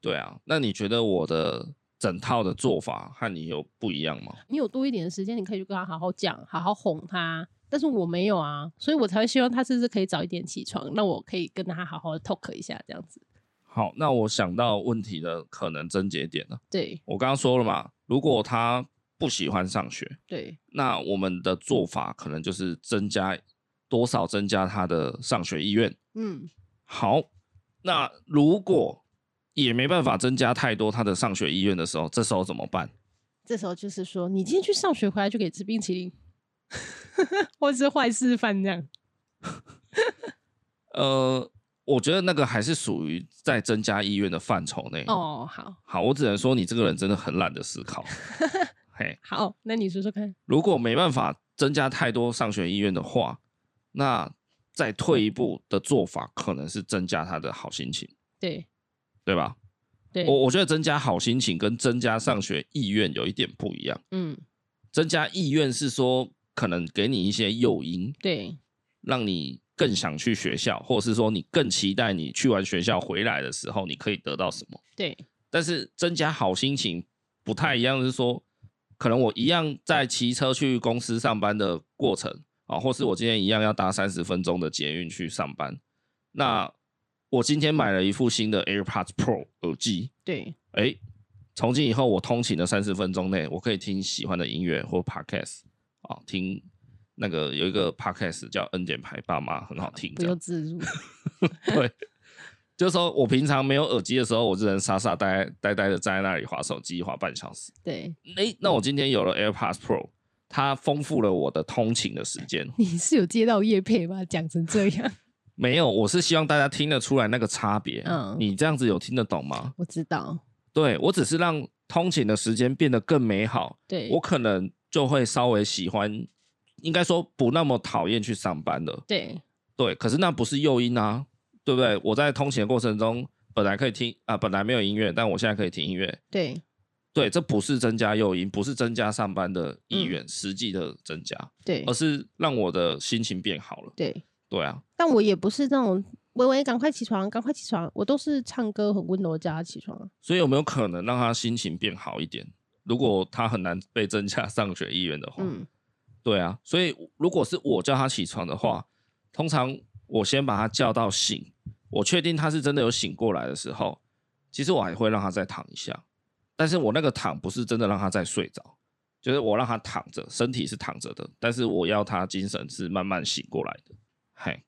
Speaker 1: 对啊。那你觉得我的整套的做法和你有不一样吗？
Speaker 2: 你有多一点的时间，你可以去跟他好好讲，好好哄他。但是我没有啊，所以我才会希望他是不是可以早一点起床，让我可以跟他好好的 talk 一下，这样子。
Speaker 1: 好，那我想到问题的可能症结点了。
Speaker 2: 对
Speaker 1: 我刚刚说了嘛，如果他不喜欢上学，
Speaker 2: 对
Speaker 1: 那我们的做法可能就是增加多少增加他的上学意愿，
Speaker 2: 嗯，
Speaker 1: 好，那如果也没办法增加太多他的上学意愿的时候，这时候怎么办？
Speaker 2: 这时候就是说，你今天去上学回来就可以吃冰淇淋， 或者是坏示范这样。
Speaker 1: 呃，我觉得那个还是属于在增加意愿的范畴内。，
Speaker 2: 哦，好
Speaker 1: 好，我只能说你这个人真的很懒得思考。嘿，
Speaker 2: 好，那你说说看。
Speaker 1: 如果没办法增加太多上学意愿的话，那再退一步的做法可能是增加他的好心情，
Speaker 2: 对
Speaker 1: 对吧？
Speaker 2: 对，
Speaker 1: 我我觉得增加好心情跟增加上学意愿有一点不一样。
Speaker 2: 嗯，
Speaker 1: 增加意愿是说可能给你一些诱因，
Speaker 2: 对
Speaker 1: 让你更想去学校，或者是说你更期待你去完学校回来的时候，你可以得到什么。
Speaker 2: 对
Speaker 1: 但是增加好心情不太一样，是说可能我一样在骑车去公司上班的过程啊，或是我今天一样要搭三十分钟的捷运去上班。那我今天买了一副新的 AirPods Pro 耳机，
Speaker 2: 对
Speaker 1: 诶，从今以后我通勤的三十分钟内，我可以听喜欢的音乐或 podcast 啊，听那个有一个 podcast 叫《恩典牌爸妈》，很好听。
Speaker 2: 不
Speaker 1: 这样
Speaker 2: 由 自入。
Speaker 1: 对，就是说我平常没有耳机的时候，我只能傻傻呆呆呆的站在那里划手机，划半小时。
Speaker 2: 对，
Speaker 1: 诶，那我今天有了 AirPods Pro，它丰富了我的通勤的时间。
Speaker 2: 你是有接到叶配吗？讲成这样，
Speaker 1: 没有，我是希望大家听得出来那个差别。
Speaker 2: 嗯
Speaker 1: 你这样子有听得懂吗？
Speaker 2: 我知道。
Speaker 1: 对我只是让通勤的时间变得更美好。
Speaker 2: 对，
Speaker 1: 我可能就会稍微喜欢，应该说不那么讨厌去上班了。
Speaker 2: 对
Speaker 1: 对，可是那不是诱因啊，对不对？我在通勤的过程中，本来可以听啊、本来没有音乐，但我现在可以听音乐。
Speaker 2: 对
Speaker 1: 对，这不是增加诱因，不是增加上班的意愿，实际的增加，
Speaker 2: 对
Speaker 1: 而是让我的心情变好了。
Speaker 2: 对，
Speaker 1: 对啊，
Speaker 2: 但我也不是那种微微赶快起床，赶快起床，我都是唱歌很温柔叫他起床啊。
Speaker 1: 所以有没有可能让他心情变好一点？如果他很难被增加上学意愿的话，
Speaker 2: 嗯，
Speaker 1: 对啊，所以如果是我叫他起床的话，通常我先把他叫到醒，我确定他是真的有醒过来的时候，其实我还会让他再躺一下，但是我那个躺不是真的让他再睡着，就是我让他躺着，身体是躺着的，但是我要他精神是慢慢醒过来的，嘿，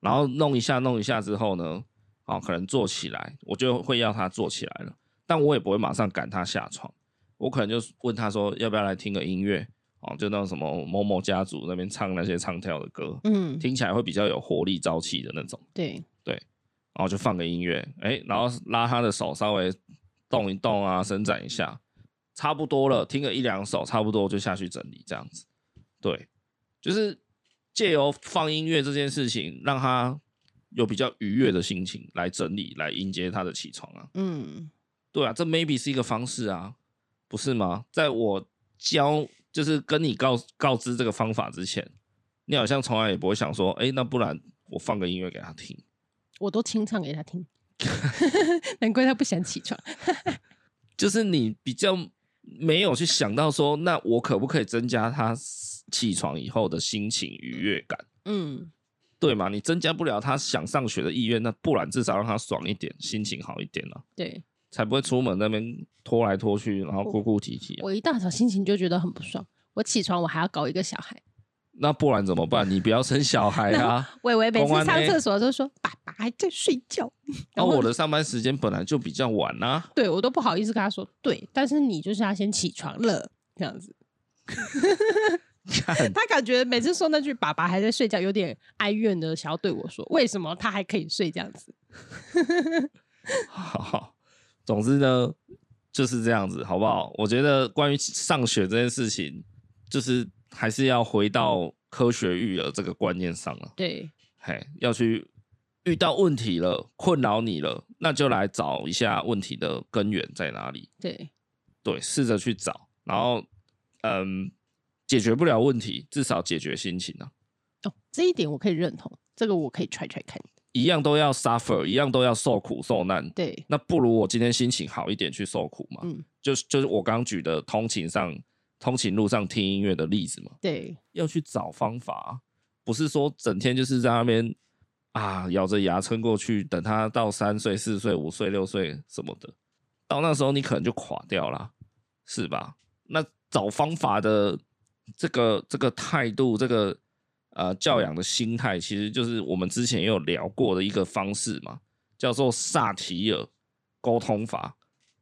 Speaker 1: 然后弄一下弄一下之后呢，啊，可能坐起来，我就会要他坐起来了，但我也不会马上赶他下床，我可能就问他说要不要来听个音乐。哦，就那种什么某某家族那边唱那些唱跳的歌，
Speaker 2: 嗯，
Speaker 1: 听起来会比较有活力、朝气的那种。
Speaker 2: 对
Speaker 1: 然后就放个音乐，哎，然后拉他的手稍微动一动啊，伸展一下，差不多了，听个一两首，差不多就下去整理这样子。对，就是借由放音乐这件事情，让他有比较愉悦的心情来整理，来迎接他的起床啊。
Speaker 2: 嗯，
Speaker 1: 对啊，这 maybe 是一个方式啊，不是吗？在我教，就是跟你告告知这个方法之前，你好像从来也不会想说，哎，那不然我放个音乐给他听。
Speaker 2: 我都清唱给他 听，难怪他不想起床。
Speaker 1: 就是你比较没有去想到说，那我可不可以增加他起床以后的心情愉悦感？
Speaker 2: 嗯，
Speaker 1: 对嘛？你增加不了他想上学的意愿，那不然至少让他爽一点，心情好一点啊，
Speaker 2: 对
Speaker 1: 才不会出门那边拖来拖去，然后哭哭啼啼啊、
Speaker 2: 我一大早心情就觉得很不爽，我起床我还要搞一个小孩。
Speaker 1: 那不然怎么办？你不要生小孩啊！
Speaker 2: 伟伟每次
Speaker 1: 公安
Speaker 2: 上
Speaker 1: 呢
Speaker 2: 厕所都说：“爸爸还在睡觉。”
Speaker 1: 那、
Speaker 2: 然后
Speaker 1: 啊我的上班时间本来就比较晚啊，
Speaker 2: 对我都不好意思跟他说，对，但是你就是要先起床了，这样子。
Speaker 1: 看
Speaker 2: 他感觉每次说那句“爸爸还在睡觉”，有点哀怨的想要对我说，为什么他还可以睡这样子？
Speaker 1: 好好。总之呢，就是这样子，好不好？我觉得关于上学这件事情，就是还是要回到科学育儿这个观念上了。
Speaker 2: 对，
Speaker 1: 嘿，要去遇到问题了，困扰你了，那就来找一下问题的根源在哪里。
Speaker 2: 对，
Speaker 1: 对，试着去找，然后嗯，解决不了问题，至少解决心情啊。
Speaker 2: 哦，这一点我可以认同，这个我可以揣揣看。
Speaker 1: 一样都要 suffer，一样都要受苦受难，
Speaker 2: 对，
Speaker 1: 那不如我今天心情好一点去受苦嘛。
Speaker 2: 嗯，
Speaker 1: 就是就是我刚举的通勤上、通勤路上听音乐的例子嘛。
Speaker 2: 对，
Speaker 1: 要去找方法，不是说整天就是在那边啊咬着牙撑过去，等他到三岁、四岁、五岁、六岁什么的，到那时候你可能就垮掉啦，是吧？那找方法的这个这个态度，这个呃教养的心态，其实就是我们之前也有聊过的一个方式嘛，叫做萨提尔沟通法。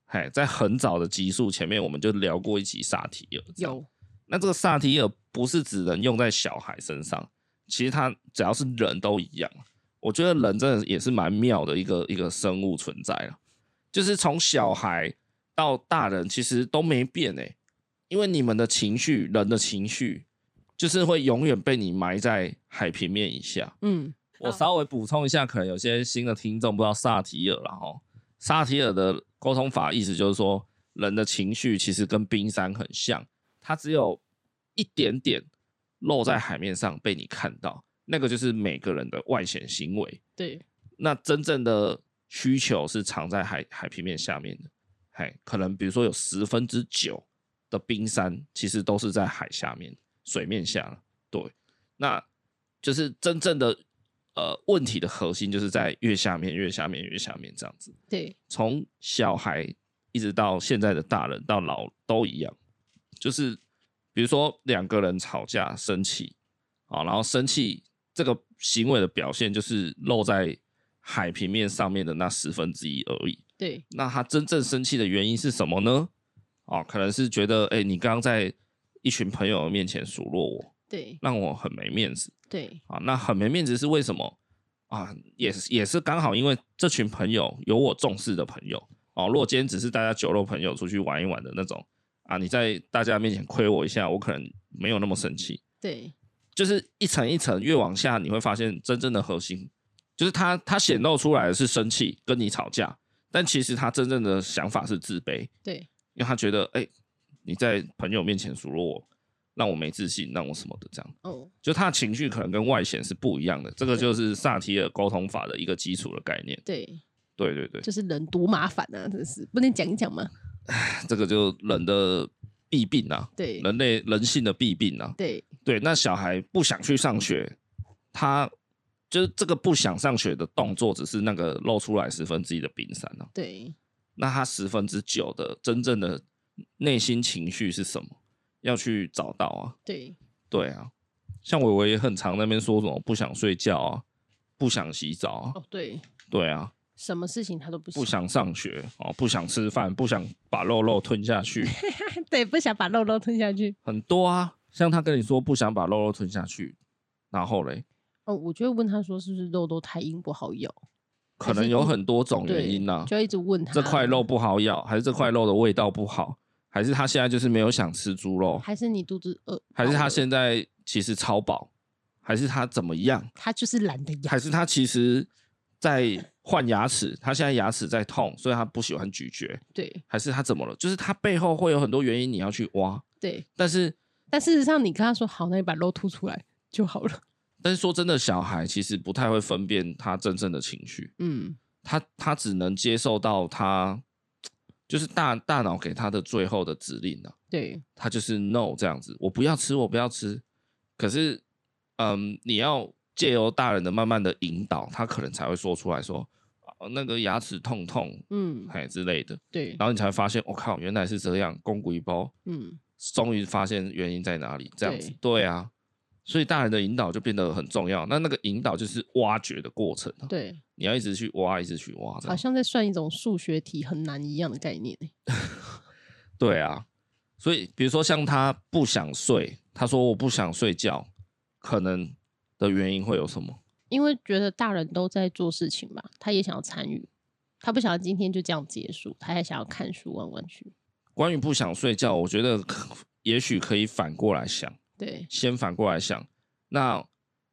Speaker 1: 嘿，在很早的集数前面，我们就聊过一集萨提尔，这样
Speaker 2: 有，
Speaker 1: 那这个萨提尔不是只能用在小孩身上，其实它只要是人都一样。我觉得人真的也是蛮妙的一个一个生物存在啊，就是从小孩到大人其实都没变诶、因为你们的情绪，人的情绪，就是会永远被你埋在海平面以下。
Speaker 2: 嗯，
Speaker 1: 我稍微补充一下，可能有些新的听众不知道萨提尔啦哦。萨提尔的沟通法意思就是说，人的情绪其实跟冰山很像，它只有一点点露在海面上被你看到，那个就是每个人的外显行为。
Speaker 2: 对，
Speaker 1: 那真正的需求是藏在海海平面下面的，嘿，可能比如说有十分之九的冰山其实都是在海下面、水面下了。对，那就是真正的呃问题的核心就是在越下面、越下面、越下面这样子。
Speaker 2: 对，
Speaker 1: 从小孩一直到现在的大人到老都一样，就是比如说两个人吵架生气啊，然后生气这个行为的表现就是露在海平面上面的那十分之一而已。
Speaker 2: 对，
Speaker 1: 那他真正生气的原因是什么呢？啊，可能是觉得哎、诶你刚刚在一群朋友面前数落我，
Speaker 2: 对，
Speaker 1: 让我很没面子。
Speaker 2: 对，
Speaker 1: 啊，那很没面子是为什么啊？也是也是刚好因为这群朋友有我重视的朋友哦。若今天只是大家酒肉朋友出去玩一玩的那种啊，你在大家面前亏我一下，我可能没有那么生气。
Speaker 2: 对，
Speaker 1: 就是一层一层越往下，你会发现真正的核心就是他他显露出来的是生气，跟你吵架，但其实他真正的想法是自卑，
Speaker 2: 对，
Speaker 1: 因为他觉得哎、你在朋友面前数落我，让我没自信，让我什么的这样。
Speaker 2: 哦，
Speaker 1: 就他的情绪可能跟外显是不一样的，这个
Speaker 2: 对
Speaker 1: 就是萨提尔沟通法的一个基础的概念。
Speaker 2: 对，
Speaker 1: 对对对，
Speaker 2: 就是人多麻烦啊，真是不能讲一讲吗？
Speaker 1: 这个就人的弊病啊，
Speaker 2: 对，
Speaker 1: 人类人性的弊病啊。
Speaker 2: 对，
Speaker 1: 对，那小孩不想去上学，他就是这个不想上学的动作，只是那个露出来十分之一的冰山啊。
Speaker 2: 对，
Speaker 1: 那他十分之九的真正的内心情绪是什么？要去找到啊。
Speaker 2: 对，
Speaker 1: 对啊，像伟伟也很常在那边说什么不想睡觉啊，不想洗澡啊，
Speaker 2: 哦，对，
Speaker 1: 对啊。
Speaker 2: 什么事情他都不
Speaker 1: 不
Speaker 2: 想，
Speaker 1: 想上学哦，不想吃饭，不想把肉肉吞下去，
Speaker 2: 对，不想把肉肉吞下去。
Speaker 1: 很多啊。像他跟你说不想把肉肉吞下去，然后嘞，
Speaker 2: 哦，我就会问他说，是不是肉都太硬不好咬？
Speaker 1: 可能有很多种
Speaker 2: 对，
Speaker 1: 哦原因呐、
Speaker 2: 就一直问他
Speaker 1: 这块肉，不好咬，还是这块肉的味道不好，还是他现在就是没有想吃猪肉，
Speaker 2: 还是你肚子饿，
Speaker 1: 还是
Speaker 2: 饱
Speaker 1: 他
Speaker 2: 了
Speaker 1: 现在其实超饱，还是他怎么样，
Speaker 2: 他就是懒得咬
Speaker 1: 还，是他其实在换牙齿，他现在牙齿在痛，所以他不喜欢咀嚼，
Speaker 2: 对
Speaker 1: 还是他怎么了？就是他背后会有很多原因你要去挖，
Speaker 2: 对。
Speaker 1: 但是。
Speaker 2: 但事实上，你跟他说好，那你把肉吐出来就好 了。
Speaker 1: 但是说真的，小孩其实不太会分辨他真正的情绪，
Speaker 2: 嗯，
Speaker 1: 他他只能接受到他就是大大脑给他的最后的指令啊，
Speaker 2: 对
Speaker 1: 他就是 no 这样子，我不要吃，我不要吃。可是，嗯，你要借由大人的慢慢的引导，他可能才会说出来说，哦那个牙齿痛痛，
Speaker 2: 嗯，
Speaker 1: 哎之类的，
Speaker 2: 对，
Speaker 1: 然后你才会发现，我、靠，原来是这样，公骨一包，
Speaker 2: 嗯，
Speaker 1: 终于发现原因在哪里，这样子，对啊，所以大人的引导就变得很重要。那那个引导就是挖掘的过程啊，
Speaker 2: 对，
Speaker 1: 你要一直去挖，一直去挖，这
Speaker 2: 好
Speaker 1: 样，
Speaker 2: 像在算一种数学题很难一样的概念欸。
Speaker 1: 对啊。所以比如说像他不想睡，他说我不想睡觉，可能的原因会有什么？
Speaker 2: 因为觉得大人都在做事情嘛，他也想要参与，他不想要今天就这样结束，他还想要看书玩玩去。
Speaker 1: 关于不想睡觉，我觉得可也许可以反过来想，
Speaker 2: 对，
Speaker 1: 先反过来想，那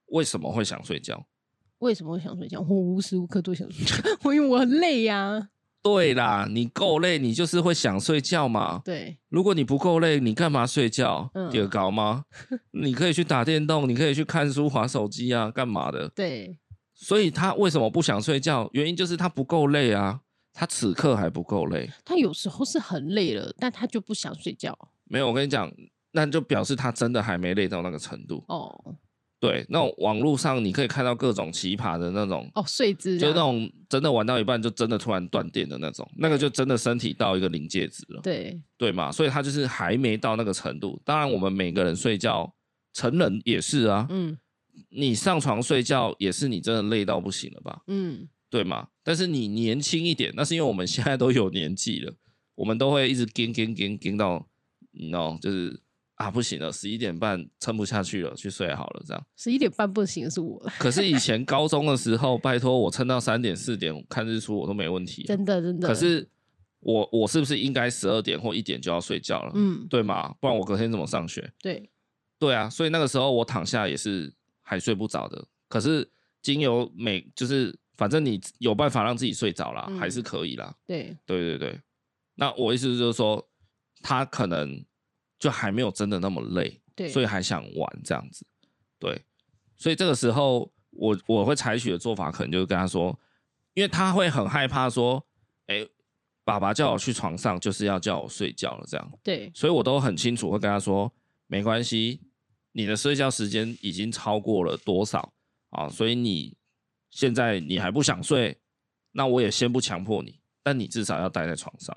Speaker 1: 为什么会想睡觉？
Speaker 2: 为什么会想睡觉？我无时无刻都想睡觉， 我因为我很累呀、
Speaker 1: 对啦，你够累，你就是会想睡觉嘛。
Speaker 2: 对，
Speaker 1: 如果你不够累，你干嘛睡觉？
Speaker 2: 嗯
Speaker 1: 第二高 吗？你可以去打电动，你可以去看书、划手机啊，干嘛的？
Speaker 2: 对，
Speaker 1: 所以他为什么不想睡觉？原因就是他不够累啊，他此刻还不够累。
Speaker 2: 他有时候是很累了，但他就不想睡觉。
Speaker 1: 没有，我跟你讲，那就表示他真的还没累到那个程度。
Speaker 2: 哦
Speaker 1: 对，那种网络上你可以看到各种奇葩的那种，
Speaker 2: 哦，睡姿这
Speaker 1: 就
Speaker 2: 样
Speaker 1: 那种真的玩到一半就真的突然断电的那种，那个就真的身体到一个临界值了，
Speaker 2: 对
Speaker 1: 对嘛？所以他就是还没到那个程度。当然，我们每个人睡觉，成人也是啊，
Speaker 2: 嗯
Speaker 1: 你上床睡觉也是你真的累到不行了吧？
Speaker 2: 嗯，
Speaker 1: 对嘛？但是你年轻一点，那是因为我们现在都有年纪了，我们都会一直跟跟跟跟到，你知道，就是啊不行了，十一点半撑不下去了，去睡好了这样。
Speaker 2: 十一点半不行是我了，
Speaker 1: 可是以前高中的时候，拜托我撑到三点四点看日出我都没问题啊、
Speaker 2: 真的真的。
Speaker 1: 可是我我是不是应该十二点或一点就要睡觉了？
Speaker 2: 嗯，
Speaker 1: 对嘛？不然我隔天怎么上学？
Speaker 2: 对
Speaker 1: 对啊，所以那个时候我躺下也是还睡不着的。可是经由每就是反正你有办法让自己睡着啦，
Speaker 2: 嗯
Speaker 1: 还是可以啦。
Speaker 2: 对
Speaker 1: 对对对，那我意思就是说，他可能就还没有真的那么累，
Speaker 2: 对，
Speaker 1: 所以还想玩这样子。对，所以这个时候我我会采取的做法，可能就是跟他说，因为他会很害怕说，哎、爸爸叫我去床上，就是要叫我睡觉了这样。
Speaker 2: 对
Speaker 1: 所以我都很清楚会跟他说，没关系，你的睡觉时间已经超过了多少啊，所以你现在你还不想睡，那我也先不强迫你，但你至少要待在床上，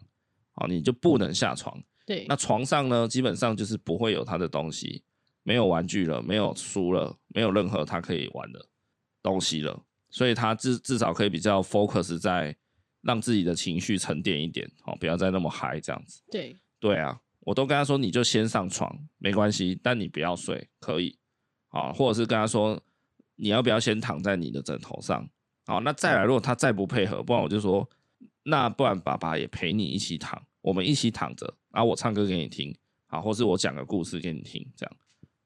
Speaker 1: 啊，你就不能下床。
Speaker 2: 对
Speaker 1: 那床上呢，基本上就是不会有他的东西，没有玩具了，没有书了，没有任何他可以玩的东西了，所以他至至少可以比较 focus 在让自己的情绪沉淀一点，哦，不要再那么嗨这样子。
Speaker 2: 对
Speaker 1: 对啊，我都跟他说，你就先上床，没关系，但你不要睡，可以啊，或者是跟他说，你要不要先躺在你的枕头上？好，那再来，如果他再不配合，不然我就说，那不然爸爸也陪你一起躺，我们一起躺着，啊，我唱歌给你听，啊，或是我讲个故事给你听，这样，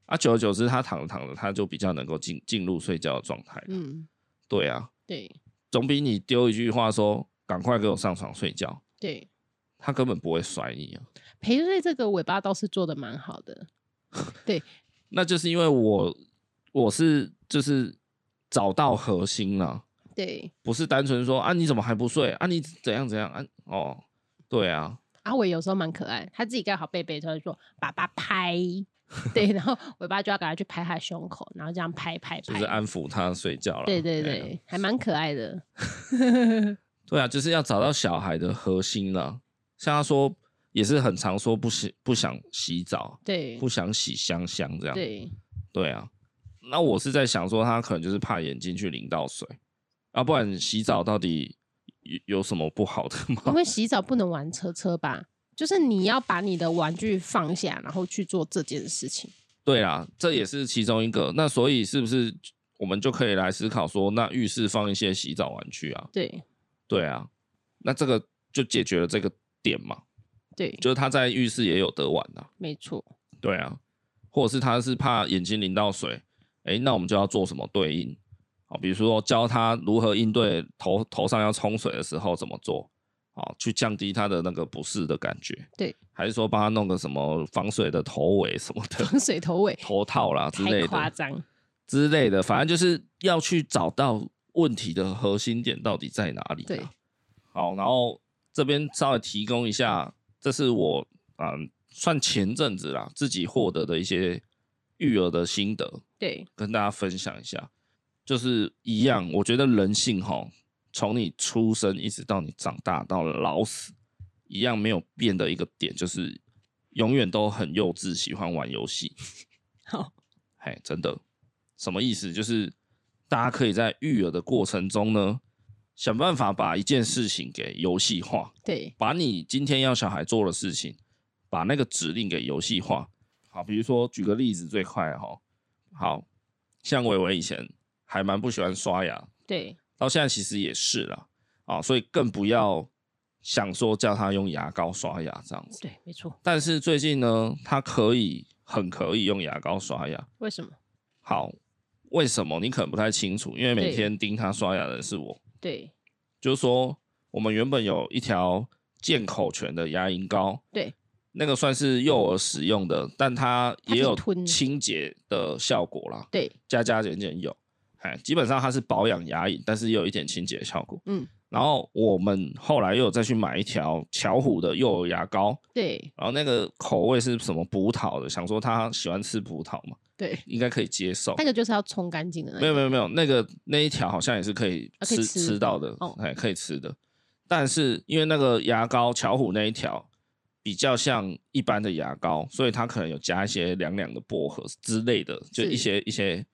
Speaker 1: 啊，久而久之，他躺着躺着，他就比较能够进进入睡觉的状态。
Speaker 2: 嗯
Speaker 1: 对啊，
Speaker 2: 对
Speaker 1: 总比你丢一句话说，赶快给我上床睡觉，
Speaker 2: 对。
Speaker 1: 他根本不会甩你啊。
Speaker 2: 陪睡这个尾巴倒是做的蛮好的，
Speaker 1: 那就是因为我我是就是找到核心了，
Speaker 2: 对，
Speaker 1: 不是单纯说啊你怎么还不睡啊你怎样怎样啊哦，对啊，
Speaker 2: 阿伟有时候蛮可爱，他自己盖好被被，他就说爸爸拍，对，然后尾巴就要给他去拍他的胸口，然后这样拍拍
Speaker 1: 就
Speaker 2: 拍，
Speaker 1: 是安抚他睡觉了。
Speaker 2: 哎对对
Speaker 1: 啊，
Speaker 2: 对，还蛮可爱的，
Speaker 1: 对啊，就是要找到小孩的核心了。像他说也是很常说不洗不想洗澡，
Speaker 2: 对
Speaker 1: 不想洗香香这样。
Speaker 2: 对
Speaker 1: 对啊，那我是在想说他可能就是怕眼睛去淋到水，啊不然洗澡到底有有什么不好的吗？
Speaker 2: 因为洗澡不能玩车车吧，就是你要把你的玩具放下，然后去做这件事情。
Speaker 1: 对啦，
Speaker 2: 嗯
Speaker 1: 这也是其中一个。那所以是不是我们就可以来思考说，那浴室放一些洗澡玩具啊？
Speaker 2: 对
Speaker 1: 对啊，那这个就解决了这个点嘛，
Speaker 2: 对，
Speaker 1: 就是他在浴室也有得玩啊。
Speaker 2: 没错，
Speaker 1: 对啊，或者是他是怕眼睛淋到水，诶，那我们就要做什么对应？好，比如说教他如何应对头头上要冲水的时候怎么做，好，去降低他的那个不适的感觉。
Speaker 2: 对，，
Speaker 1: 还是说帮他弄个什么防水的头围什么的
Speaker 2: 水头尾
Speaker 1: 头套啦之类
Speaker 2: 太
Speaker 1: 的。
Speaker 2: 夸张，
Speaker 1: 之类的，反正就是要去找到问题的核心点到底在哪里、啊。
Speaker 2: 对，
Speaker 1: 好，然后这边稍微提供一下，这是我啊、嗯算前阵子啦自己获得的一些育儿的心得，
Speaker 2: 对
Speaker 1: 跟大家分享一下。就是一样，我觉得人性哈，从你出生一直到你长大到老死，一样没有变的一个点就是，永远都很幼稚，喜欢玩游戏。
Speaker 2: 好，
Speaker 1: 嘿，真的，什么意思？就是大家可以在育儿的过程中呢，想办法把一件事情给游戏化，
Speaker 2: 对，
Speaker 1: 把你今天要小孩做的事情，把那个指令给游戏化。好，比如说举个例子最快哈、好像伟伟以前还蛮不喜欢刷牙，
Speaker 2: 对，
Speaker 1: 到现在其实也是啦，啊，所以更不要想说叫他用牙膏刷牙这样子。
Speaker 2: 对，没错。
Speaker 1: 但是最近呢，他可以很可以用牙膏刷牙，
Speaker 2: 为什么？
Speaker 1: 好，为什么你可能不太清楚？因为每
Speaker 2: 对
Speaker 1: 天盯他刷牙的人是我。
Speaker 2: 对
Speaker 1: 就是说，我们原本有一条健口泉的牙龈膏，
Speaker 2: 对，
Speaker 1: 那个算是幼儿使用的，但它
Speaker 2: 它可以
Speaker 1: 也有
Speaker 2: 吞
Speaker 1: 清洁的效果啦，
Speaker 2: 对，
Speaker 1: 加加减减有。哎，基本上它是保养牙龈，但是也有一点清洁的效果。
Speaker 2: 嗯，
Speaker 1: 然后我们后来又有再去买一条巧虎的幼儿牙膏，
Speaker 2: 对
Speaker 1: 然后那个口味是什么葡萄的，想说他喜欢吃葡萄嘛，
Speaker 2: 对，
Speaker 1: 应该可以接受。
Speaker 2: 那个就是要冲干净的那
Speaker 1: 哦没有
Speaker 2: 个。
Speaker 1: 没有没有，那个那一条好像也是可以
Speaker 2: 啊可
Speaker 1: 吃
Speaker 2: 以吃
Speaker 1: 到的，
Speaker 2: 哦
Speaker 1: 哎、可以吃的。但是因为那个牙膏巧虎那一条比较像一般的牙膏，所以它可能有加一些凉凉的薄荷之类的，就是一些一些，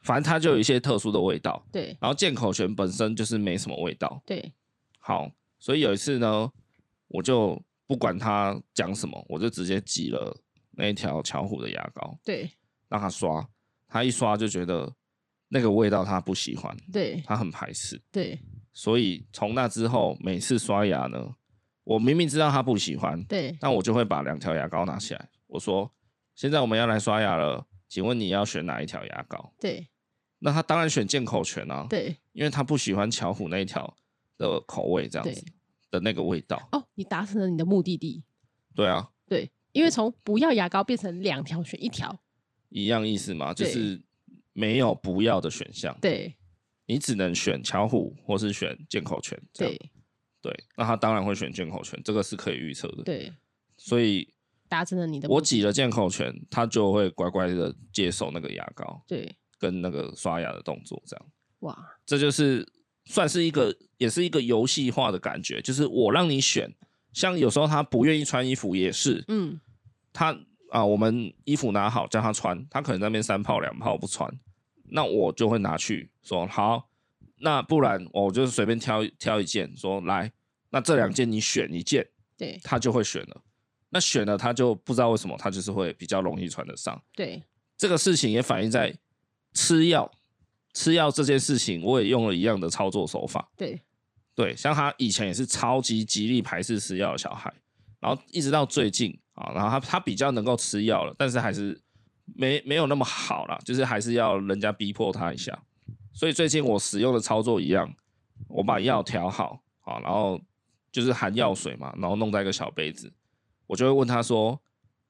Speaker 1: 反正它就有一些特殊的味道。
Speaker 2: 对
Speaker 1: 然后健口泉本身就是没什么味道，
Speaker 2: 对
Speaker 1: 好，所以有一次呢，我就不管他讲什么，我就直接挤了那一条巧虎的牙膏
Speaker 2: 对
Speaker 1: 让他刷，他一刷就觉得那个味道他不喜欢，
Speaker 2: 对
Speaker 1: 他很排斥，
Speaker 2: 对
Speaker 1: 所以从那之后每次刷牙呢，我明明知道他不喜欢，
Speaker 2: 对
Speaker 1: 但我就会把两条牙膏拿起来，我说现在我们要来刷牙了，请问你要选哪一条牙膏？
Speaker 2: 对
Speaker 1: 那他当然选健口泉啊，
Speaker 2: 对。
Speaker 1: 因为他不喜欢巧虎那一条的口味这样子
Speaker 2: 对
Speaker 1: 的那个味道，
Speaker 2: 哦，你达成了你的目的地。
Speaker 1: 对啊，
Speaker 2: 对，因为从不要牙膏变成两条选一条。
Speaker 1: 一样意思嘛，就
Speaker 2: 对
Speaker 1: 是没有不要的选项，
Speaker 2: 对
Speaker 1: 你只能选巧虎或是选健口泉，这样
Speaker 2: 对
Speaker 1: 对，那他当然会选健口泉，这个是可以预测的。，
Speaker 2: 对，
Speaker 1: 所以
Speaker 2: 达成了你的目
Speaker 1: 我
Speaker 2: 的
Speaker 1: 挤了健口泉，他就会乖乖的接受那个牙膏
Speaker 2: 对
Speaker 1: 跟那个刷牙的动作，这样，
Speaker 2: 哇，
Speaker 1: 这就是算是一个，也是一个游戏化的感觉，就是我让你选，像有时候他不愿意穿衣服也是，
Speaker 2: 嗯，
Speaker 1: 他啊，我们衣服拿好叫他穿，他可能在那边三泡两泡不穿，那我就会拿去说好，那不然我就随便挑挑一件，说来，那这两件你选一件，
Speaker 2: 对
Speaker 1: 他就会选了。那选了他就不知道为什么，他就是会比较容易穿得上。
Speaker 2: 对
Speaker 1: 这个事情也反映在吃药，吃药这件事情，我也用了一样的操作手法。
Speaker 2: 对
Speaker 1: 对，像他以前也是超级极力排斥吃药的小孩，然后一直到最近啊，然后他他比较能够吃药了，但是还是没没有那么好啦，就是还是要人家逼迫他一下。所以最近我使用的操作一样，我把药调好啊，然后就是含药水嘛，然后弄在一个小杯子，我就会问他说：“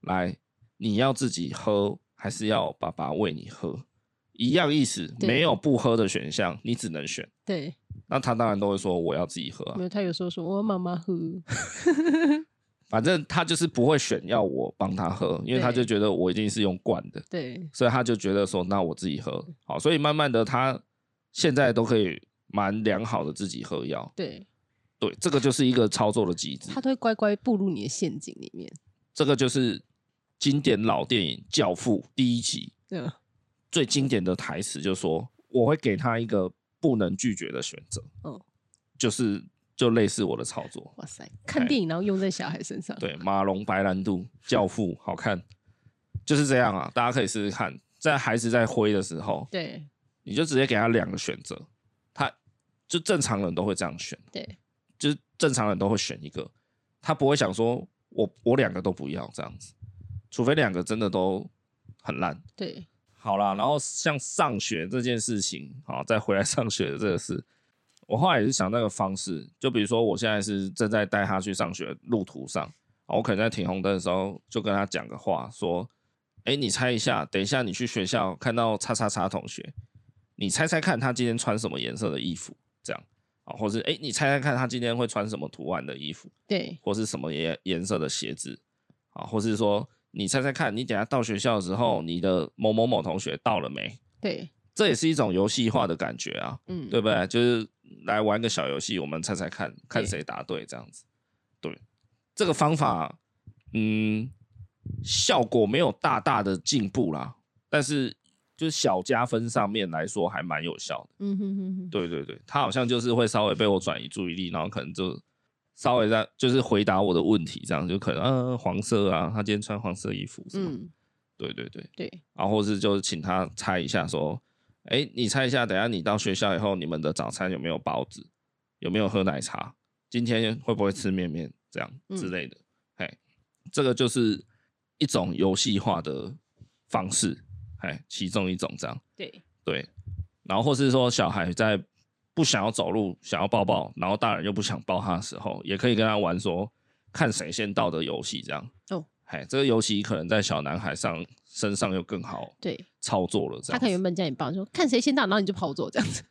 Speaker 1: 来，你要自己喝，还是要爸爸喂你喝？”一样意思，
Speaker 2: 对
Speaker 1: 没有不喝的选项，你只能选。
Speaker 2: 对，
Speaker 1: 那他当然都会说我要自己喝啊、
Speaker 2: 没有他有时候说我要妈妈喝，
Speaker 1: 反正他就是不会选要我帮他喝，因为他就
Speaker 2: 对
Speaker 1: 觉得我一定是用罐的，
Speaker 2: 对
Speaker 1: 所以他就觉得说那我自己喝好，所以慢慢的他现在都可以蛮良好的自己喝药，
Speaker 2: 对，
Speaker 1: 对，这个就是一个操作的机制，
Speaker 2: 他都会乖乖步入你的陷阱里面。
Speaker 1: 这个就是经典老电影《教父》第一集
Speaker 2: 对啊
Speaker 1: 最经典的台词，就说我会给他一个不能拒绝的选择，
Speaker 2: 嗯
Speaker 1: 就是就类似我的操作，
Speaker 2: 哇塞，看
Speaker 1: 哎
Speaker 2: 电影然后用在小孩身上。
Speaker 1: 对，马龙白兰度教父好看，就是这样啊，大家可以试试看。在孩子在挥的时候，
Speaker 2: 对
Speaker 1: 你就直接给他两个选择，他就正常人都会这样选，
Speaker 2: 对
Speaker 1: 就是正常人都会选一个，他不会想说我我两个都不要这样子，除非两个真的都很烂。
Speaker 2: 对
Speaker 1: 好啦，然后像上学这件事情，好，再回来上学的这个事，我后来也是想那个方式，就比如说我现在是正在带他去上学路途上，啊我可能在停红灯的时候就跟他讲个话，说，哎，你猜一下，等一下你去学校看到叉叉叉同学，你猜猜看他今天穿什么颜色的衣服，这样啊，或是哎，诶你猜猜看他今天会穿什么图案的衣服，
Speaker 2: 对
Speaker 1: 或是什么颜颜色的鞋子啊，或是说你猜猜看，你等一下到学校的时候，你的某某某同学到了没？
Speaker 2: 对
Speaker 1: 这这也是一种游戏化的感觉啊，
Speaker 2: 嗯，
Speaker 1: 对不对？就是来玩个小游戏，我们猜猜看看
Speaker 2: 对
Speaker 1: 谁答对这样子。对，这个方法，嗯，效果没有大大的进步啦，但是就是小加分上面来说还蛮有效的。
Speaker 2: 嗯哼哼哼，
Speaker 1: 对对对，他好像就是会稍微被我转移注意力，然后可能就稍微在就是回答我的问题，这样就可能嗯、呃黄色啊，他今天穿黄色衣服，嗯，
Speaker 2: 嗯，
Speaker 1: 对对对，
Speaker 2: 对，
Speaker 1: 然后或是就是请他猜一下说，哎，你猜一下，等一下你到学校以后，你们的早餐有没有包子，有没有喝奶茶，今天会不会吃面面这样
Speaker 2: 嗯
Speaker 1: 之类的，哎、这个就是一种游戏化的方式，哎，其中一种这样。
Speaker 2: 对，
Speaker 1: 对，然后或是说小孩在不想要走路、想要抱抱，然后大人又不想抱他的时候，也可以跟他玩说看谁先到的游戏这样。
Speaker 2: 哦，
Speaker 1: 哎，这个游戏可能在小男孩上身上又更好
Speaker 2: 对，
Speaker 1: 操作了，这样
Speaker 2: 他可
Speaker 1: 子。
Speaker 2: 能原本叫你帮，说看谁先到，然后你就跑走这 样子。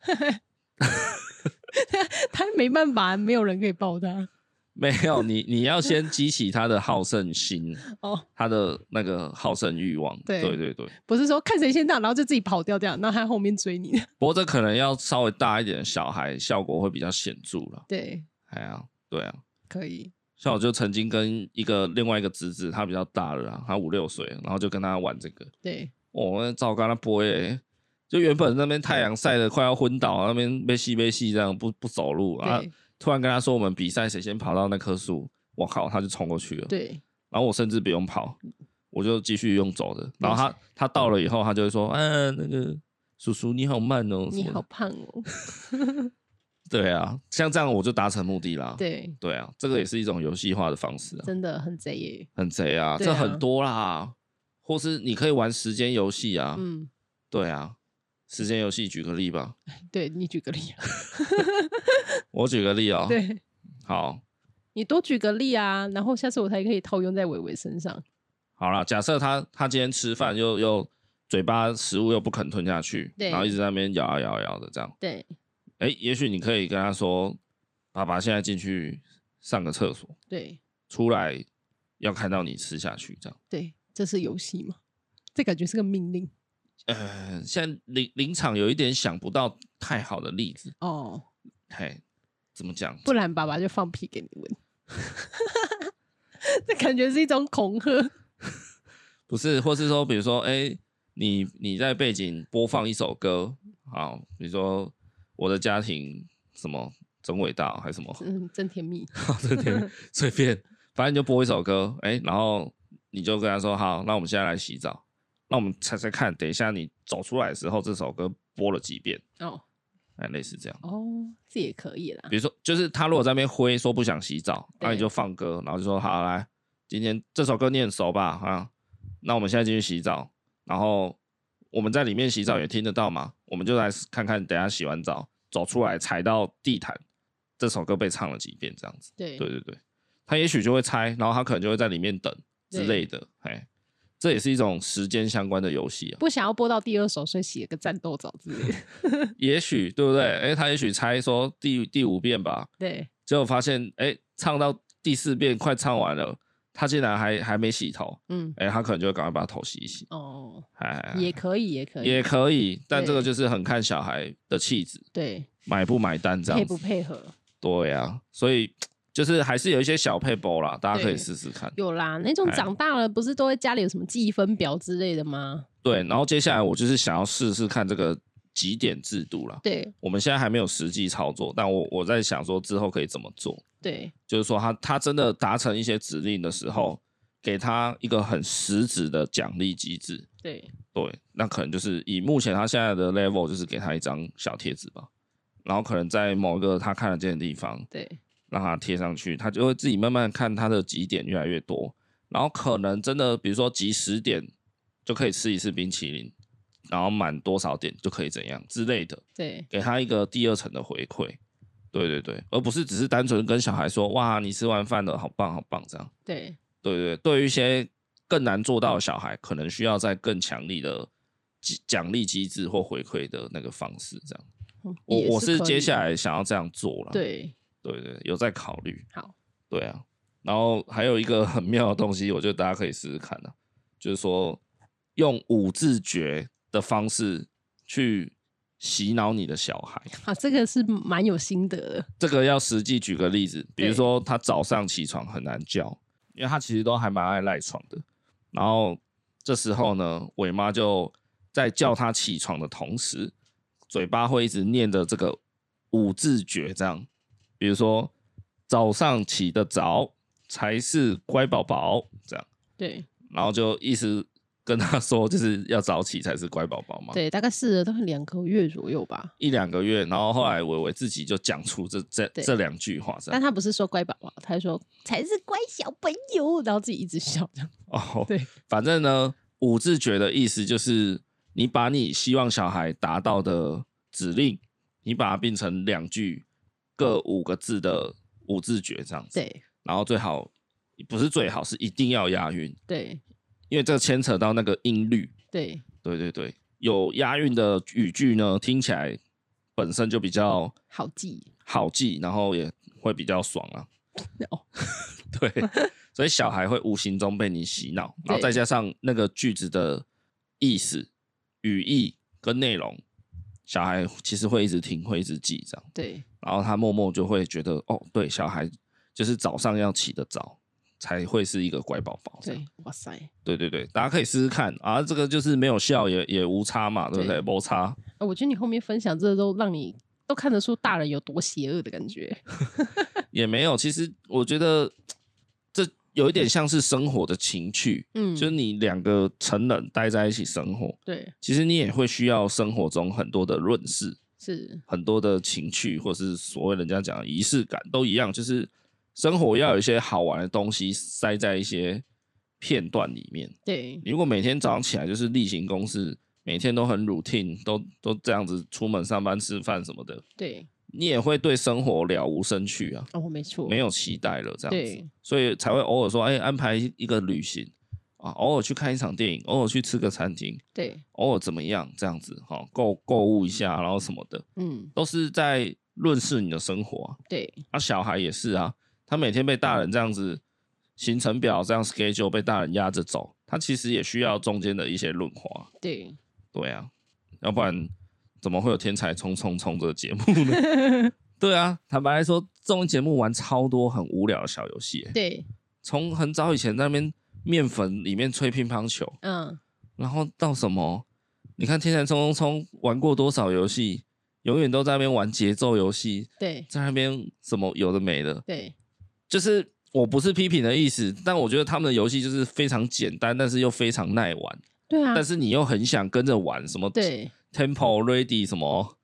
Speaker 2: 他没办法，没有人可以抱他。
Speaker 1: 没有你，你要先激起他的好胜心，
Speaker 2: 哦，
Speaker 1: 他的那个好胜欲望。
Speaker 2: 对
Speaker 1: 对对对，
Speaker 2: 不是说看谁先到，然后就自己跑掉这样，然后他后面追你。
Speaker 1: 不过这可能要稍微大一点的小孩，效果会比较显著了。
Speaker 2: 对，
Speaker 1: 哎呀，对啊。
Speaker 2: 可以。
Speaker 1: 像我就曾经跟一个另外一个侄子，他比较大了啦，他五六岁，然后就跟他玩这个，
Speaker 2: 对，
Speaker 1: 我、哦、照跟他播诶，就原本那边太阳晒得快要昏倒，那边被吸被吸这样不不走路啊，
Speaker 2: 对，
Speaker 1: 突然跟他说我们比赛谁先跑到那棵树，我靠，他就冲过去了，
Speaker 2: 对，
Speaker 1: 然后我甚至不用跑，我就继续用走的，然后他他到了以后，他就会说，嗯、那个叔叔你好慢哦，什
Speaker 2: 你
Speaker 1: 么
Speaker 2: 好
Speaker 1: 的，
Speaker 2: 胖哦。
Speaker 1: 对啊，像这样我就达成目的啦，
Speaker 2: 对，
Speaker 1: 对啊，这个也是一种游戏化的方式啊。
Speaker 2: 真的很贼耶。
Speaker 1: 很贼啊，
Speaker 2: 对
Speaker 1: 这
Speaker 2: 啊
Speaker 1: 很多啦，或是你可以玩时间游戏啊，
Speaker 2: 嗯，
Speaker 1: 对啊，时间游戏举个例吧，
Speaker 2: 对你举个例啊。
Speaker 1: 我举个例啊、哦，
Speaker 2: 对
Speaker 1: 好，
Speaker 2: 你多举个例啊，然后下次我才可以套用在伟伟身上。
Speaker 1: 好啦，假设他他今天吃饭又又嘴巴食物又不肯吞下去，
Speaker 2: 嗯对
Speaker 1: 然后一直在那边咬啊咬啊咬的这样，
Speaker 2: 对，
Speaker 1: 哎，也许你可以跟他说，爸爸现在进去上个厕所，
Speaker 2: 对，
Speaker 1: 出来要看到你吃下去这样。
Speaker 2: 对，这是游戏嘛？这感觉是个命令
Speaker 1: 呃，现在临临场有一点想不到太好的例子，
Speaker 2: 哦，
Speaker 1: 嘿，怎么讲？
Speaker 2: 不然爸爸就放屁给你闻。 这感觉是一种恐吓。
Speaker 1: 不是，或是说，比如说，哎、你你在背景播放一首歌，好，比如说我的家庭什么真伟大还是什么，
Speaker 2: 嗯，真甜蜜。
Speaker 1: 这点随便，反正你就播一首歌，哎、然后你就跟他说，好，那我们现在来洗澡，那我们猜猜看，等一下你走出来的时候，这首歌播了几遍，
Speaker 2: 哦
Speaker 1: 哎，类似这样。
Speaker 2: 哦，这也可以啦。
Speaker 1: 比如说，就是他如果在那边挥说不想洗澡，那
Speaker 2: 对
Speaker 1: 你就放歌，然后就说好来，今天这首歌你很熟吧？啊，那我们现在进去洗澡，然后我们在里面洗澡也听得到嘛，我们就来看看，等一下洗完澡走出来踩到地毯，这首歌被唱了几遍这样子。
Speaker 2: 对
Speaker 1: 对对对，他也许就会猜，然后他可能就会在里面等之类的，哎，这也是一种时间相关的游戏啊。
Speaker 2: 不想要播到第二首，所以洗了个战斗澡之类的。
Speaker 1: 也许对不对？哎，他也许猜说第第五遍吧，
Speaker 2: 对，
Speaker 1: 结果发现，哎、唱到第四遍快唱完了，他竟然还还没洗头，
Speaker 2: 嗯，
Speaker 1: 哎、他可能就会赶快把头洗一洗，
Speaker 2: 哦，
Speaker 1: 哎，
Speaker 2: 也可以，也可以，
Speaker 1: 也可以，但
Speaker 2: 对
Speaker 1: 这个就是很看小孩的气质，
Speaker 2: 对，
Speaker 1: 买不买单这
Speaker 2: 配
Speaker 1: 样
Speaker 2: 不
Speaker 1: 子，
Speaker 2: 配合？
Speaker 1: 对呀、所以就是还是有一些小配包啦，大家可以
Speaker 2: 对
Speaker 1: 试试看。
Speaker 2: 有啦，那种
Speaker 1: 哎
Speaker 2: 长大了不是都会家里有什么记忆分表之类的吗？
Speaker 1: 对，然后接下来我就是想要试试看这个几点制度啦。
Speaker 2: 对
Speaker 1: 我们现在还没有实际操作，但我我在想说之后可以怎么做。
Speaker 2: 对，
Speaker 1: 就是说他他真的达成一些指令的时候，给他一个很实质的奖励机制。
Speaker 2: 对，
Speaker 1: 对，那可能就是以目前他现在的 level，就是给他一张小贴纸吧，然后可能在某一个他看得见的地方，
Speaker 2: 对，
Speaker 1: 让他贴上去，他就会自己慢慢看他的几点越来越多，然后可能真的比如说集十点就可以吃一次冰淇淋，然后满多少点就可以怎样之类的。
Speaker 2: 对，
Speaker 1: 给他一个第二层的回馈。对对对，而不是只是单纯跟小孩说哇，你吃完饭了，好棒好棒这样。
Speaker 2: 对，
Speaker 1: 对对，对对于一些更难做到的小孩，可能需要在更强力的机奖励机制或回馈的那个方式这样。
Speaker 2: 嗯
Speaker 1: 我
Speaker 2: 也
Speaker 1: 我是
Speaker 2: 可
Speaker 1: 接
Speaker 2: 以
Speaker 1: 下来想要这样做了。
Speaker 2: 对，
Speaker 1: 对对，有在考虑。
Speaker 2: 好，
Speaker 1: 对啊，然后还有一个很妙的东西，我觉得大家可以试试看啊，就是说用五字诀的方式去洗脑你的小孩。
Speaker 2: 啊，这个是蛮有心得的。
Speaker 1: 这个要实际举个例子，比如
Speaker 2: 对
Speaker 1: 说他早上起床很难叫，因为他其实都还蛮爱赖床的。然后这时候呢，伟妈就在叫他起床的同时，嘴巴会一直念着这个五字诀，这样，比如说早上起得早才是乖宝宝，这样，
Speaker 2: 对
Speaker 1: 然后就一直跟他说，就是要早起才是乖宝宝嘛。
Speaker 2: 对，大概试了大概两个月左右吧。
Speaker 1: 一两个月，然后后来伟伟自己就讲出这这
Speaker 2: 对
Speaker 1: 这两句话，这样
Speaker 2: 但。他不是说乖宝宝，他说才是乖小朋友，然后自己一直笑这样。
Speaker 1: 哦，
Speaker 2: 对，
Speaker 1: 反正呢，五字诀的意思就是你把你希望小孩达到的指令，你把它变成两句各五个字的五字诀这样子。，
Speaker 2: 对
Speaker 1: 然后最好不是最好，是一定要押韵，
Speaker 2: 对
Speaker 1: 因为这牵扯到那个音律。
Speaker 2: 对
Speaker 1: 对对对，有押韵的语句呢，听起来本身就比较
Speaker 2: 好记
Speaker 1: 好记，然后也会比较爽啊。
Speaker 2: 哦。
Speaker 1: 对，所以小孩会无形中被你洗脑，然后
Speaker 2: 对
Speaker 1: 再加上那个句子的意思、语义跟内容，小孩其实会一直听，会一直记这样，
Speaker 2: 对
Speaker 1: 然后他默默就会觉得，哦，对，小孩就是早上要起得早。才会是一个乖宝宝。这样
Speaker 2: 对，哇塞！
Speaker 1: 对对对，大家可以试试看啊，这个就是没有效也也无差嘛，对不对？
Speaker 2: 对
Speaker 1: 无差，
Speaker 2: 啊我觉得你后面分享这都让你都看得出大人有多邪恶的感觉。
Speaker 1: 也没有。其实我觉得这有一点像是生活的情趣，
Speaker 2: 嗯，
Speaker 1: 就是你两个成人待在一起生活，
Speaker 2: 对，
Speaker 1: 其实你也会需要生活中很多的润饰、
Speaker 2: 是
Speaker 1: 很多的情趣，或是所谓人家讲的仪式感，都一样，就是生活要有一些好玩的东西塞在一些片段里面。
Speaker 2: 对
Speaker 1: 你如果每天早上起来就是例行公事，每天都很 routine，都都这样子出门上班、吃饭什么的，
Speaker 2: 对
Speaker 1: 你也会对生活了无生趣啊，
Speaker 2: 哦，没错，
Speaker 1: 没有期待了，这样子。
Speaker 2: 对
Speaker 1: 所以才会偶尔说，哎、安排一个旅行啊，偶尔去看一场电影，偶尔去吃个餐厅，
Speaker 2: 对，
Speaker 1: 偶尔怎么样这样子，哈、购购物一下，然后什么的，
Speaker 2: 嗯
Speaker 1: 都是在润饰你的生活啊。
Speaker 2: 对
Speaker 1: 啊，小孩也是啊，他每天被大人这样子行程表这样 schedule 被大人压着走，他其实也需要中间的一些润滑，
Speaker 2: 对，
Speaker 1: 对啊，要不然怎么会有天才冲冲冲这个节目呢？ 对啊，坦白来说，综艺节目玩超多很无聊的小游戏、欸，
Speaker 2: 对，
Speaker 1: 从很早以前在那边面粉里面吹乒乓球，
Speaker 2: 嗯，
Speaker 1: 然后到什么？你看《天才冲冲冲》玩过多少游戏，永远都在那边玩节奏游戏，
Speaker 2: 对
Speaker 1: 在那边什么有的没的。
Speaker 2: 对
Speaker 1: 就是我不是批评的意思，但我觉得他们的游戏就是非常简单，但是又非常耐玩，
Speaker 2: 对啊
Speaker 1: 但，是你又很想跟着玩什么
Speaker 2: 对，
Speaker 1: Tempo Ready 什么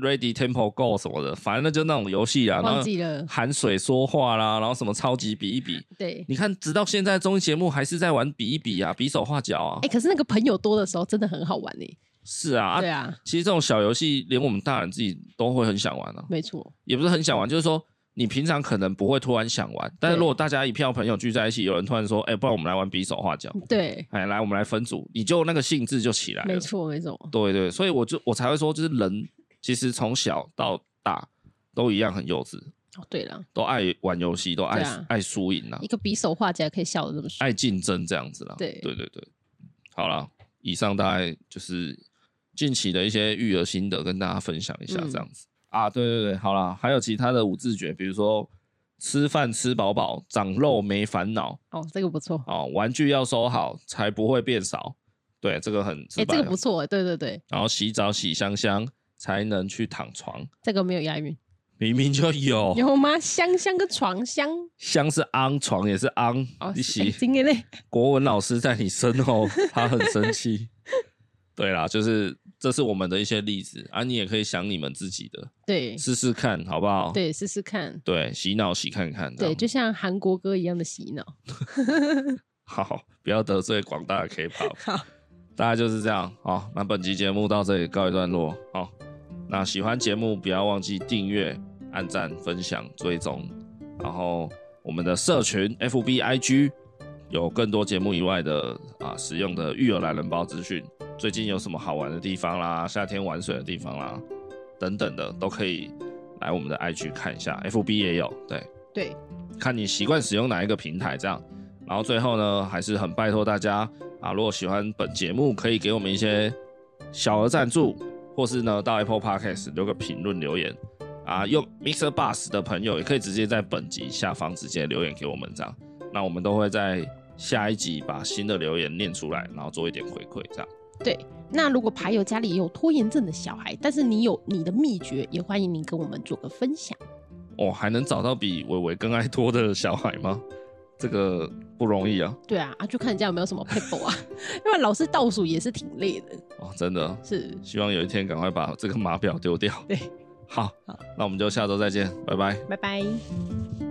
Speaker 1: Ready Tempo Go 什么的，反正那就那种游戏啊，然
Speaker 2: 忘
Speaker 1: 后
Speaker 2: 记了，嗯
Speaker 1: 含水说话啦，然后什么超级比一比。
Speaker 2: 对。
Speaker 1: 你看，直到现在综艺节目还是在玩比一比啊，比手画脚啊。
Speaker 2: 哎、可是那个朋友多的时候真的很好玩呢、
Speaker 1: 是啊，啊
Speaker 2: 对啊，
Speaker 1: 其实这种小游戏，连我们大人自己都会很想玩啊，
Speaker 2: 没错，
Speaker 1: 也不是很想玩，就是说你平常可能不会突然想玩，但是如果大家一票朋友聚在一起，有人突然说：“哎、不然我们来玩比手画脚，
Speaker 2: 对，
Speaker 1: 哎，来我们来分组”，你就那个兴致就起来
Speaker 2: 嗯没
Speaker 1: 了。
Speaker 2: 错，没错，
Speaker 1: 对对，所以我就我才会说，就是人其实从小到大都一样很幼稚，
Speaker 2: 哦，对了，
Speaker 1: 都爱玩游戏，都爱、
Speaker 2: 对啊
Speaker 1: 爱输赢啊
Speaker 2: 一，个比手画脚可以笑的这么爽，
Speaker 1: 爱竞争这样子啦。
Speaker 2: 对
Speaker 1: 对对对，好啦，以上大概就是近期的一些育儿心得跟大家分享一下，
Speaker 2: 嗯
Speaker 1: 这样子、啊。对对对，好啦，还有其他的五字诀，比如说吃饭吃饱饱，长肉没烦恼
Speaker 2: 哦，这个不错，
Speaker 1: 啊，玩具要收好，才不会变少。对，这个很
Speaker 2: 哎、
Speaker 1: 直白
Speaker 2: 这
Speaker 1: 啊、
Speaker 2: 个不错、对对对，
Speaker 1: 然后洗澡洗香香才能去躺床，
Speaker 2: 这个没有押韵，
Speaker 1: 明明就有
Speaker 2: 有吗？香香跟床香，
Speaker 1: 香是昂，床也是昂，
Speaker 2: 哦，
Speaker 1: 你
Speaker 2: 是哎
Speaker 1: 洗
Speaker 2: 真的嘞，
Speaker 1: 国文老师在你身 后，他很生气。对啦，就是这是我们的一些例子啊，你也可以想你们自己的，
Speaker 2: 对
Speaker 1: 试试看好不好？
Speaker 2: 对，试试看，
Speaker 1: 对洗脑洗看看。这
Speaker 2: 对，
Speaker 1: 样
Speaker 2: 就像韩国歌一样的洗脑，
Speaker 1: 好，不要得罪广大的 K-pop。
Speaker 2: 好，
Speaker 1: 大家就是这样哦。那本期节目到这里告一段落哦。那喜欢节目不要忘记订阅、按赞、分享、追踪，然后我们的社群 FB、IG 有更多节目以外的啊实用的育儿懒人包资讯，最近有什么好玩的地方啦，夏天玩水的地方啦，等等的都可以来我们的 IG 看一下，FB 也有对。
Speaker 2: 对
Speaker 1: 看你习惯使用哪一个平台这样。然后最后呢，还是很拜托大家啊，如果喜欢本节目，可以给我们一些小额赞助，或是呢到 Apple Podcast 留个评论留言啊。用 Mixer Bus 的朋友也可以直接在本集下方直接留言给我们这样，那我们都会在下一集把新的留言念出来，然后做一点回馈这样。
Speaker 2: 对，那如果牌友家里有拖延症的小孩，但是你有你的秘诀，也欢迎你跟我们做个分享。
Speaker 1: 哦，还能找到比伟伟更爱拖的小孩吗？这个不容易啊！
Speaker 2: 对啊，啊，就看人家有没有什么 p a p e 啊， 因为老师倒数也是挺累的，
Speaker 1: 哦，真的，
Speaker 2: 是，
Speaker 1: 希望有一天赶快把这个码表丢掉。
Speaker 2: 对，
Speaker 1: 好
Speaker 2: 好，
Speaker 1: 那我们就下周再见，拜拜。
Speaker 2: 拜拜。